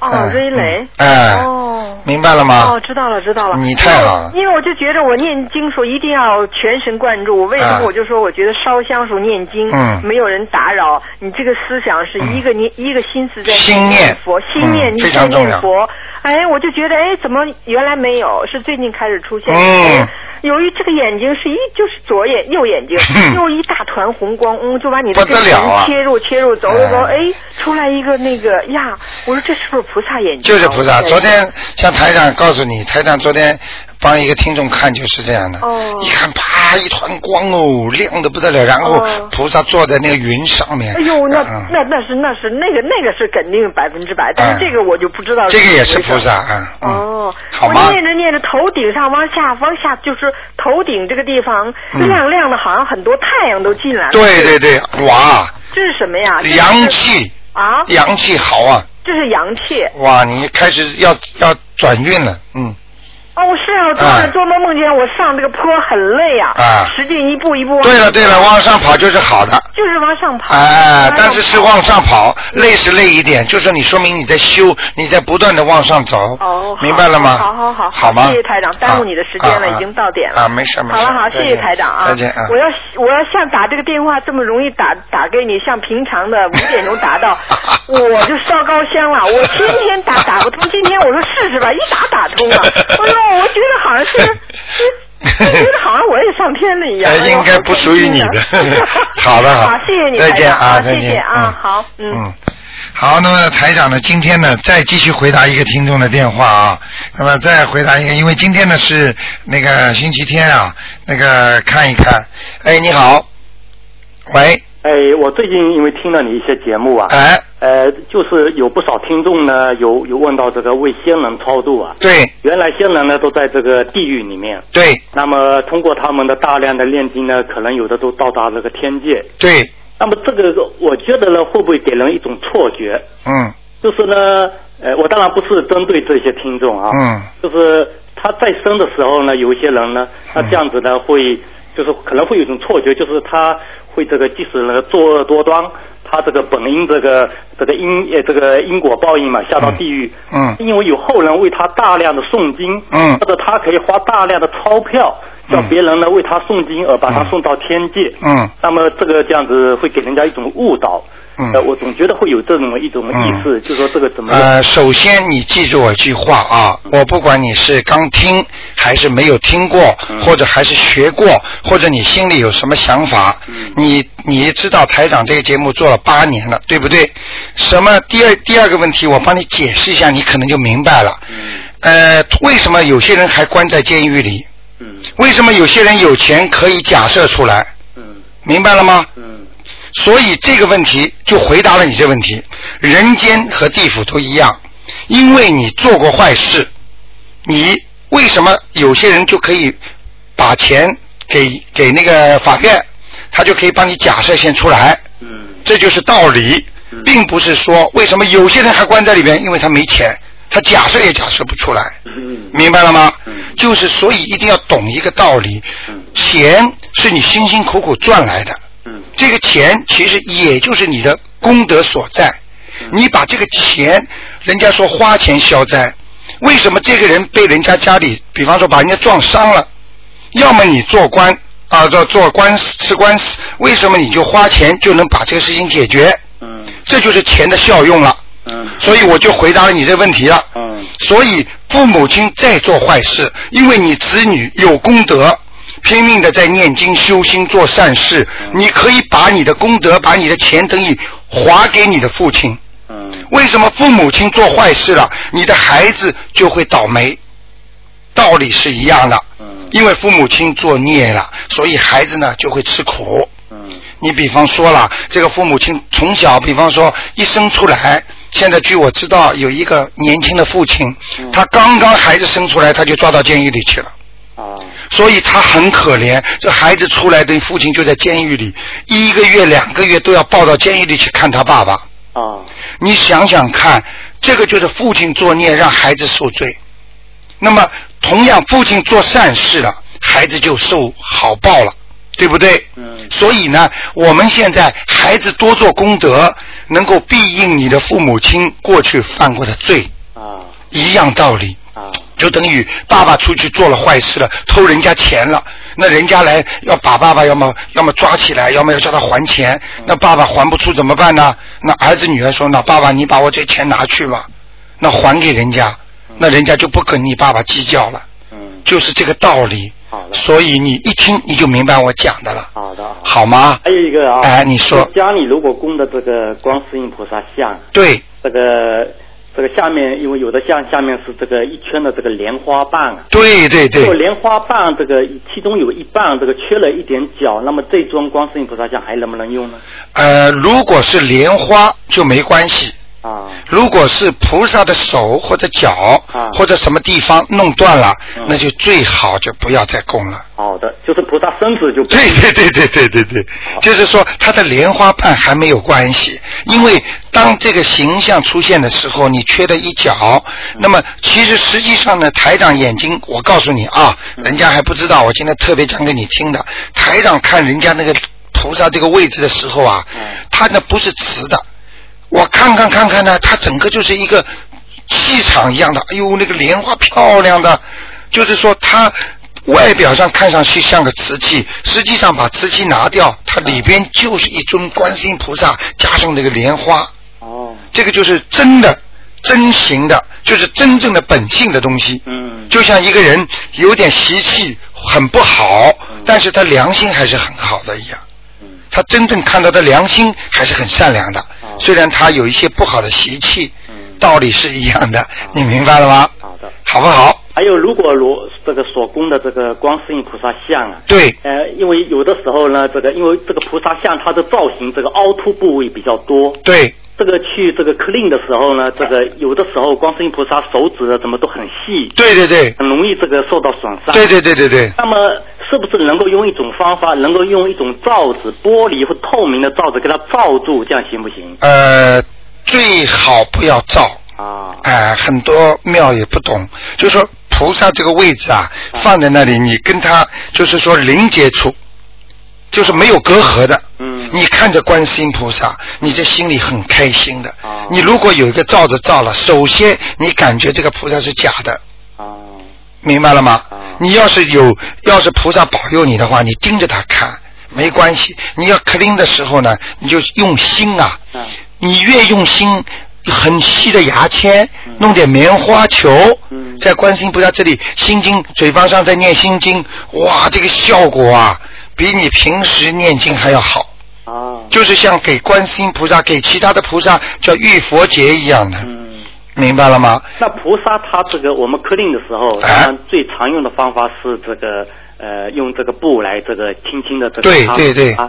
哦，瑞雷。
哎，
哦。
嗯明白了吗？
哦，知道了，知道了。
你太好了
因为因为我就觉得我念经时候一定要全神贯注。为什
啊
么我就说我觉得烧香时候念经，
嗯
没有人打扰，你这个思想是一个念、一个心思在
心念
佛，心念、
嗯
你
非常
在
重要
念佛。哎，我就觉得哎，怎么原来没有？是最近开始出现。
嗯
哎。由于这个眼睛是一就是左眼右眼睛又一大团红光，嗯，就把你的
不得了啊
眼睛切入切入走走走，
哎
哎，出来一个那个呀，我说这是不是菩萨眼睛啊？
就是菩萨。
我在
昨天像台长告诉你，台长昨天帮一个听众看就是这样的，
哦
一看啪一团光哦，亮的不得了，然后
哦
菩萨坐在那个云上面。
哎呦，那
嗯
那那是那是那个那个是肯定百分之百，但
嗯
是这个我就不知道。
这个也是菩萨。啊，嗯
哦，
好
我
吗
念着念着，头顶上往下往下，就是头顶这个地方
嗯
亮亮的，好像很多太阳都进来了。
对对对，哇，
这是什么呀？这是
阳气
啊，
阳气好啊，
这是阳气。
哇，你开始要要转运了，嗯，
哦，是啊，我昨晚做梦梦见我上这个坡很累啊，
啊
使劲一步一步往。
对了对了，往上跑就是好的。
就是往上跑。
哎，但是是往上跑，累是累一点，就是你说明你在修，你在不断的往上走，
哦，好
明白了吗？
好好好，
好吗？
谢谢台长，耽误你的时间了，
啊啊
已经到点了。
啊，没事没
好
事。
了好，谢
再
谢
见
台长啊！
再见啊！
我要我要像打这个电话这么容易打打给你，像平常的五点钟打 到，我就烧高香了。我天天打打不通，今天我说试试吧，一打打 通了。哎呦，我觉得好像是，是觉得好像我也上天了一样。
哎
哎呦
应该不属于你的好了好
好，谢谢你，
再见
台长
啊再
谢谢
见嗯
啊，好，嗯。
嗯，好，那么台长呢，今天呢再继续回答一个听众的电话啊，那么再回答一个，因为今天呢是那个星期天啊，那个看一看，哎，你好，喂，
哎，我最近因为听了你一些节目啊，
哎，
呃，就是有不少听众呢，有有问到这个为仙人超度啊。
对
原来仙人呢都在这个地狱里面，
对
那么通过他们的大量的念经呢，可能有的都到达这个天界。
对，
那么这个我觉得呢，会不会给人一种错觉？
嗯
就是呢，呃，我当然不是针对这些听众啊，
嗯
就是他再生的时候呢，有一些人呢，
嗯
他这样子呢会，就是可能会有一种错觉，就是他会这个即使呢作恶多端，他这个本应这个这个因呃这个因果报应嘛，下到地狱，
嗯
因为有后人为他大量的诵经，
嗯
或者他可以花大量的钞票叫别人呢为他诵经，而把他送到天界，
嗯
那么这个这样子会给人家一种误导。
嗯
呃，我总觉得会有这种一种意识，就说这个怎么嗯
呃，首先你记住我一句话啊，我不管你是刚听还是没有听过，
嗯
或者还是学过，或者你心里有什么想法，
嗯
你你知道台长这个节目做了八年了，对不对？什么第二第二个问题，我帮你解释一下，你可能就明白了。
嗯
呃，为什么有些人还关在监狱里？
嗯
为什么有些人有钱可以假设出来？
嗯
明白了吗？所以这个问题就回答了你这问题，人间和地府都一样，因为你做过坏事，你为什么有些人就可以把钱给给那个法院，他就可以帮你假设先出来，这就是道理，并不是说为什么有些人还关在里面，因为他没钱，他假设也假设不出来，明白了吗？就是所以一定要懂一个道理，钱是你辛辛苦苦赚来的，这个钱其实也就是你的功德所在。你把这个钱，人家说花钱消灾，为什么这个人被人家家里，比方说把人家撞伤了，要么你做官啊、做做官司吃官司，为什么你就花钱就能把这个事情解决？嗯，这就是钱的效用了。嗯，所以我就回答了你这问题了。嗯，所以父母亲在做坏事，因为你子女有功德。拼命的在念经修心做善事，你可以把你的功德、把你的钱等于划给你的父亲。嗯，为什么父母亲做坏事了，你的孩子就会倒霉？道理是一样的。因为父母亲作孽了，所以孩子呢就会吃苦。你比方说了，这个父母亲从小，比方说一生出来，现在据我知道有一个年轻的父亲，他刚刚孩子生出来，他就抓到监狱里去了。所以他很可怜，这孩子出来的父亲就在监狱里，一个月、两个月都要抱到监狱里去看他爸爸。
啊，
你想想看，这个就是父亲作孽，让孩子受罪。那么，同样父亲做善事了，孩子就受好报了，对不对？嗯。所以呢，我们现在孩子多做功德，能够庇应你的父母亲过去犯过的罪。
啊。
一样道理。啊。就等于爸爸出去做了坏事了，偷人家钱了，那人家来要把爸爸要么要么抓起来，要么要叫他还钱，
嗯
那爸爸还不出怎么办呢？那儿子女儿说：“那爸爸，你把我这钱拿去吧。”那还给人家，那人家就不跟你爸爸计较了。嗯，就是这个道理。
嗯好的，
所以你一听你就明白我讲的了，
好的。好的
好吗？
还有一个啊，
哎你说
家里如果供的这个观世音菩萨像，
对，
这个这个下面，因为有的像下面是这个一圈的这个莲花瓣啊，
对对对
如果莲花瓣这个其中有一半这个缺了一点角，那么这尊观世音菩萨像还能不能用呢？
呃，如果是莲花就没关系，
啊，
如果是菩萨的手或者脚、
啊
或者什么地方弄断了，
嗯
那就最好就不要再供了。
好的，就是菩萨身子就不
对对对对对对对，就是说它的莲花瓣还没有关系，因为当这个形象出现的时候，你缺了一角。那么其实实际上呢，台长眼睛，我告诉你啊，人家还不知道，我今天特别讲给你听的。台长看人家那个菩萨这个位置的时候啊，他呢不是直的，我看看看看呢，它整个就是一个气场一样的，哎呦，那个莲花漂亮的，就是说它外表上看上去像个瓷器，实际上把瓷器拿掉，它里边就是一尊观世音菩萨加上那个莲花，
哦，
这个就是真的。真形的，就是真正的本性的东西。
嗯，
就像一个人有点习气很不好，
嗯
但是他良心还是很好的一样。他真正看到的良心还是很善良的，
啊
虽然他有一些不好的习气，道理是一样的，你明白了吗？
嗯啊好的，
好不好？
还有，如果罗这个所供的这个观世音菩萨像啊，
对，
呃，因为有的时候呢，这个因为这个菩萨像它的造型，这个凹凸部位比较多，
对，
这个去这个 clean 的时候呢，这个有的时候观世音菩萨手指啊，怎么都很细，
对对对，
很容易这个受到损伤。
对对对对对，
那么是不是能够用一种方法，能够用一种罩子，玻璃或透明的罩子给它罩住，这样行不行？
呃，最好不要造。
啊，
哎、很多庙也不懂，就说菩萨这个位置啊，放在那里，你跟他就是说零接触，就是没有隔阂的。
嗯，
你看着观世音菩萨，你这心里很开心的。
啊
你如果有一个罩子罩了，首先你感觉这个菩萨是假的。
啊
明白了吗？你要是有，要是菩萨保佑你的话，你盯着他看没关系。你要 clean 的时候呢，你就用心啊，你越用心，很细的牙签，弄点棉花球，在观世音菩萨这里，心经嘴巴上在念心经，哇，这个效果啊，比你平时念经还要好。就是像给观世音菩萨、给其他的菩萨叫浴佛节一样的，明白了吗？
那菩萨它这个我们 clean 的时候，
哎
当然最常用的方法是这个呃用这个布来这个轻轻的这个
对
擦
对对
啊。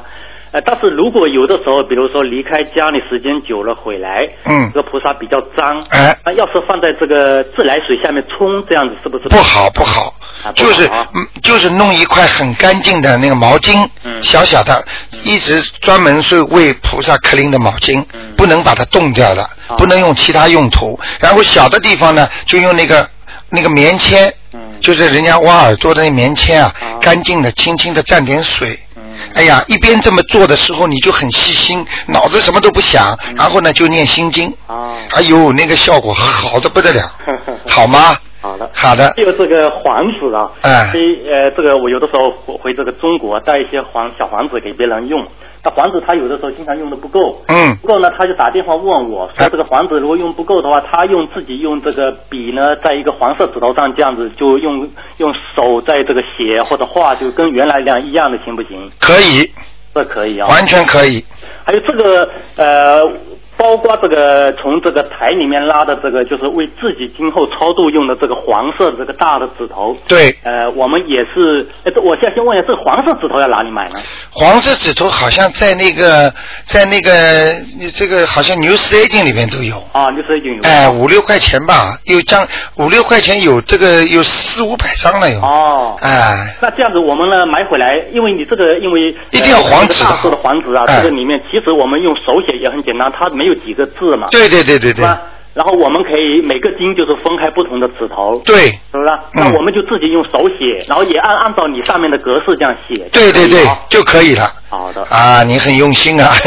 呃，但是如果有的时候，比如说离开家里时间久了回来，
嗯
这个菩萨比较脏，
哎，
那要是放在这个自来水下面冲，这样子是不是
不好不好？
啊 不好
就是
啊
嗯，就是弄一块很干净的那个毛巾，
嗯
小小的，一直专门是为菩萨克林的毛巾，
嗯
不能把它冻掉的，不能用其他用途。然后小的地方呢，就用那个那个棉签，
嗯
就是人家挖耳朵的那棉签啊，干净的，轻轻的蘸点水。
嗯
哎呀，一边这么做的时候，你就很细心，脑子什么都不想，
嗯
然后呢就念心经。哎呦，那个效果好的不得
嗯
了，好吗？
好的，
好的
还有这个环子啊，
哎
所以呃，这个我有的时候回回这个中国带一些黄小黄子给别人用，那黄子他有的时候经常用的不够，
嗯
不够呢他就打电话问我
哎
说这个黄子如果用不够的话，他用自己用这个笔呢，在一个黄色指头上这样子就用用手在这个写或者画，就跟原来两一样的行不行？
可以，
这可以啊，
完全可以。
还有这个呃，包括这个从这个台里面拉的这个，就是为自己今后超度用的这个黄色的这个大的指头。
对，
呃，我们也是，呃这我现在先问一下，这个黄色指头要哪里买呢？
黄色指头好像在那个在那个这个好像 New Staging 里面都有，
啊，六十一有。
哎，五六块钱吧，有张五六块钱有这个有四五百张了有，
哦，
哎，
那这样子我们呢买回来，因为你这个因为
一定要黄纸
纸
的
大数的黄纸啊，
哎
这个里面其实我们用手写也很简单，它没有几个字嘛。
对对对对对
是吧然后我们可以每个经就是分开不同的指头。
对，嗯
是不是啊？那我们就自己用手写，然后也按按照你上面的格式这样写。
对对对
哎就可
就可以
以啊了
了
好的。
啊，你很用心啊，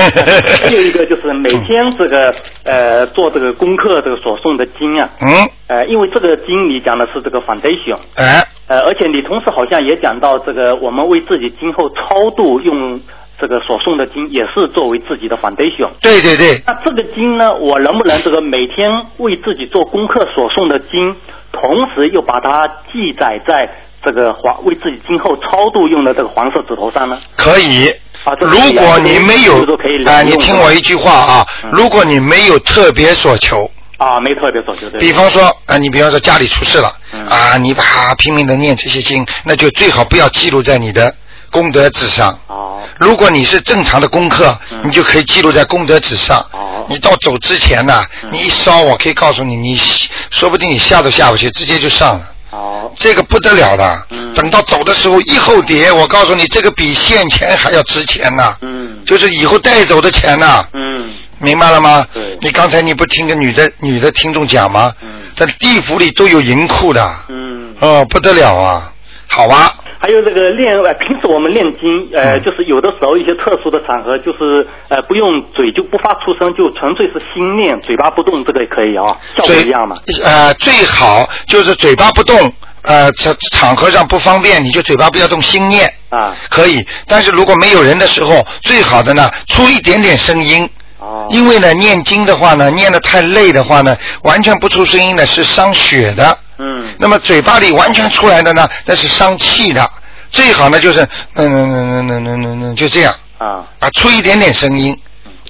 还有一个就是每天这个呃做这个功课这个所送的经啊，
嗯，
呃，因为这个经你讲的是这个 foundation，
哎，
呃，而且你同时好像也讲到这个我们为自己今后超度用这个所送的经也是作为自己的 foundation。
对对对，
那这个经呢，我能不能这个每天为自己做功课所送的经，同时又把它记载在这个黄为自己今后超度用的这个黄色指头上呢？
可以。
啊，这个
如果你没有
这个都可以
啊，
两
你
用
听我一句话啊，
嗯
如果你没有特别所求，
啊，没特别所求对吧。
比方说啊，你比方说家里出事了
嗯
啊，你把拼命的念这些经，那就最好不要记录在你的功德纸上。
哦。嗯
如果你是正常的功课，你就可以记录在功德纸上。
哦。嗯
你到走之前呢、你一烧，我可以告诉你，你说不定你下都下不去，直接就上了。
哦。嗯
这个不得了的，等到走的时候一后叠，我告诉你，这个比现钱还要值钱呢、
嗯
就是以后带走的钱呐、
嗯
明白了吗？
对
你刚才你不听个女的女的听众讲吗？在地府里都有银库的，
嗯。
哦，不得了啊！好啊，
还有这个练，呃平时我们练经，呃，
嗯
就是有的时候一些特殊的场合，就是呃，不用嘴就不发出声，就纯粹是心念，嘴巴不动，这个也可以啊、效果一样嘛。
呃，最好就是嘴巴不动，呃，场场合上不方便，你就嘴巴不要动，心念
啊，
可以。但是如果没有人的时候，最好的呢，出一点点声音。
哦
因为呢，念经的话呢，念得太累的话呢，完全不出声音呢是伤血的。
嗯
那么嘴巴里完全出来的呢，那是伤气的。最好呢就是，嗯嗯嗯嗯嗯嗯嗯，就这样
啊，
啊，出一点点声音，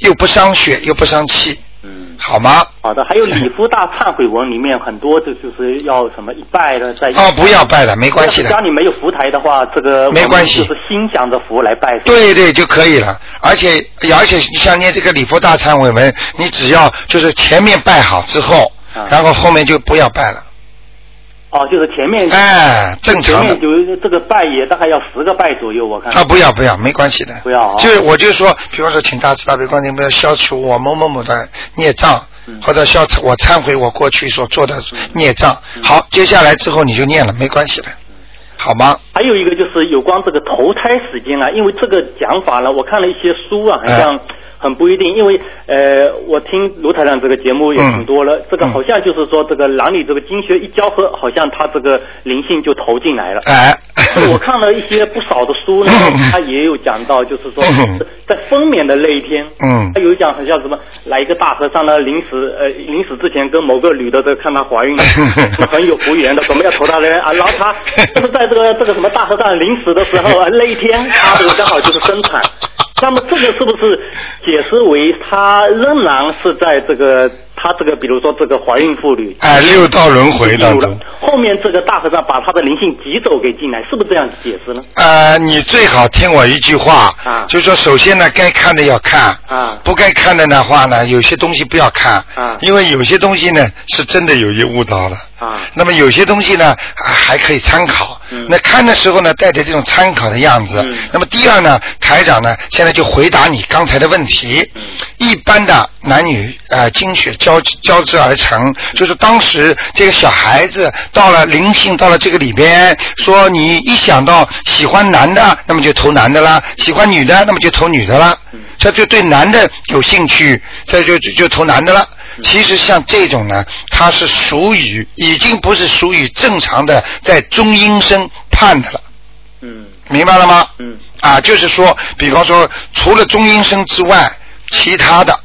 又不伤血，又不伤气，
嗯，
好吗？
好的。还有礼服大忏悔文里面很多，就就是要什么一拜了再
哦不要拜的没关系的
家里没有福台的话，这个
没关系
我们就是心想着福来拜。
对对就可以了。而且而且像念这个礼佛大忏悔文，你只要就是前面拜好之后，然后后面就不要拜了。
啊哦，就是前面
哎正常的
前面有这个拜也大概要十个拜左右，我看
啊，不要不要，没关系的。
不要啊，
就是我就说，比方说，请大慈大悲观世音菩萨消除我某某某的孽障，或者消除我忏悔我过去所做的孽障。好，接下来之后你就念了，没关系的，好吗？
还有一个就是有关这个投胎时间啊，因为这个讲法呢，我看了一些书啊，好像很不一定，因为呃，我听卢台长这个节目也挺多了，这个好像就是说这个男女这个经学一交合，好像他这个灵性就投进来了。
哎，
我看了一些不少的书呢，他也有讲到，就是说
嗯
在分娩的那一天，
嗯
他有讲好像什么来一个大和尚呢，临时呃临死之前跟某个女的这个看她 怀孕了，是很有福缘的，准备要投她人啊，然后他就是在这个这个什么大和尚临死的时 候啊，那一天他这个刚好就是生产。那么这个是不是解释为他仍然是在这个他这个比如说这个怀孕妇女
哎，六道轮回当中，
后面这个大和尚把他的灵性挤走给进来，是不是这样解释呢？
呃，你最好听我一句话，
啊
就说首先呢，该看的要看，
啊
不该看的的话呢，有些东西不要看，
啊
因为有些东西呢是真的有意误导了。
啊嗯
那么有些东西呢，啊还可以参考。那看的时候呢，带着这种参考的样子。那么第二呢，台长呢，现在就回答你刚才的问题。
嗯
一般的男女呃经血交交织而
嗯
成，就是当时这个小孩子到了灵性到了这个里边，说你一想到喜欢男的，那么就投男的啦；喜欢女的，那么就投女的啦。这就对男的有兴趣，这就就就投男的了。其实像这种呢，它是属于已经不是属于正常的在中阴身判的了，
嗯
明白了吗？
嗯。
啊，就是说，比方说，除了中阴身之外，其他的，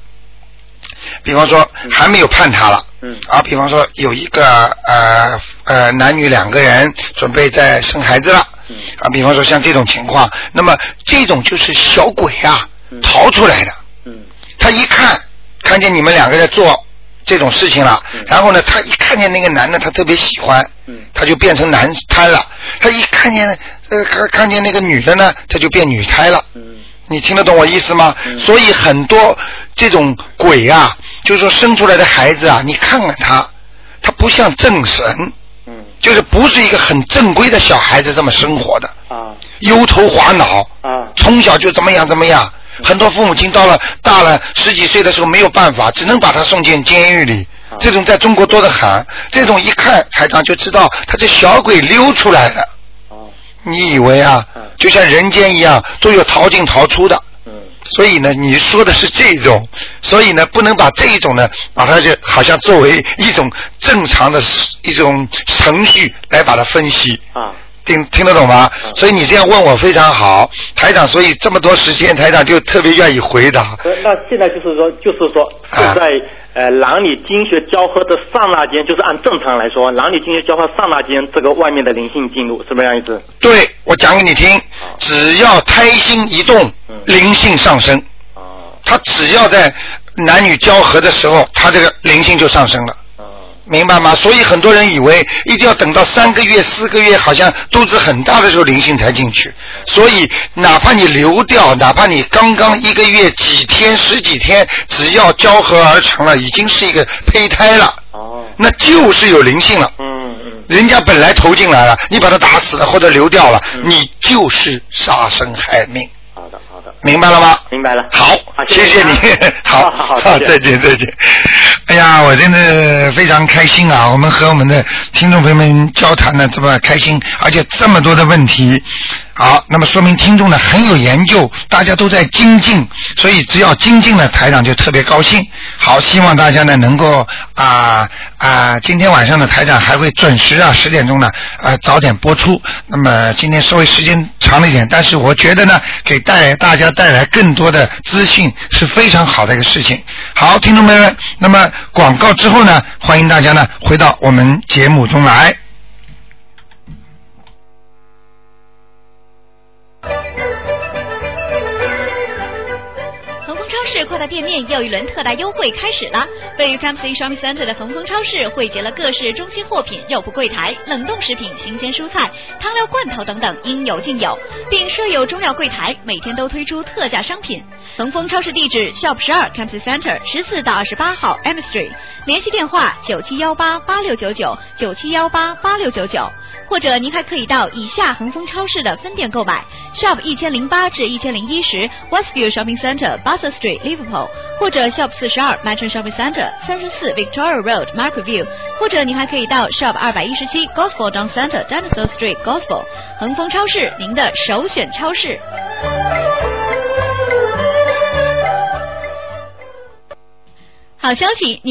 比方说还没有判他了。
嗯
啊，比方说有一个呃呃男女两个人准备在生孩子了，
嗯
啊，比方说像这种情况，那么这种就是小鬼啊逃出来的，
嗯
他一看看见你们两个在做这种事情了，然后呢，他一看见那个男的，他特别喜欢，
嗯
他就变成男胎了；他一看见呃看看见那个女的呢，他就变女胎了。
嗯
你听得懂我意思吗？所以很多这种鬼啊，就是说生出来的孩子啊，你看看他，他不像正神，
嗯
就是不是一个很正规的小孩子这么生活的，
啊
忧头滑脑，
啊
从小就怎么样怎么样。很多父母亲到了大了十几岁的时候没有办法，只能把他送进监狱里。这种在中国多得很，这种一看台长就知道他这小鬼溜出来的。你以为啊，就像人间一样，都有逃进逃出的。所以呢，你说的是这种，所以呢，不能把这一种呢，把它就好像作为一种正常的一种程序来把它分析。
啊，
听听得懂吗？所以你这样问我非常好，台长，所以这么多时间，台长就特别愿意回答。
呃那现在就是说，就是说
啊
是在呃狼里精血交合的刹那间，就是按正常来说，狼里精血交合刹那间，这个外面的灵性进入，是不是这样意思？
对，我讲给你听，只要胎心一动，灵性上升。他只要在男女交合的时候，他这个灵性就上升了。明白吗？所以很多人以为一定要等到三个月、四个月，好像肚子很大的时候灵性才进去。所以哪怕你流掉，哪怕你刚刚一个月、几天、十几天，只要交合而成了，已经是一个胚胎了。那就是有灵性了。人家本来投进来
嗯
了，你把他打死了或者流掉了，你就是杀生害命。
好的，好的，
明白了吗？
明白了。
好，谢谢你， 好，
啊好好
好，
再
再
见
见，再见。哎呀，我真的非常开心啊！我们和我们的听众朋友们交谈的这么开心，而且这么多的问题，好，那么说明听众呢很有研究，大家都在精进，所以只要精进呢，台长就特别高兴。好，希望大家呢能够啊啊、今天晚上呢台长还会准时啊十点钟呢啊早点播出。那么今天稍微时间长了一点，但是我觉得呢给带大家带来更多的资讯是非常好的一个事情。好，听众朋友们，那么广告之后呢，欢迎大家呢回到我们节目中来。
恒丰超市扩大店面又一轮特大优惠开始了！位于 Camp C Shopping Center 的恒丰超市汇集了各式中西货品、肉铺柜台、冷冻食品、新鲜蔬菜、汤料罐头等等，应有尽有，并设有中药柜台，每天都推出特价商品。恒丰超市地址：Shop 十二 Camp C Center 十四到二十八号 M Street，联系电话九七幺八八六九九九七幺八八六九九，或者您还可以到以下恒丰超市的分店购买：Shop 一千零八至一千零一十 Westview Shopping Center Bass Street Liverpool，或者 Shop 四十二 Metro Shopping Center 三十四 Victoria Road Market View，或者您还可以到 Shop 二百一十七 Gospel Town Center Dinosaur Street Gospel，恒丰超市您的首选超市。好消息！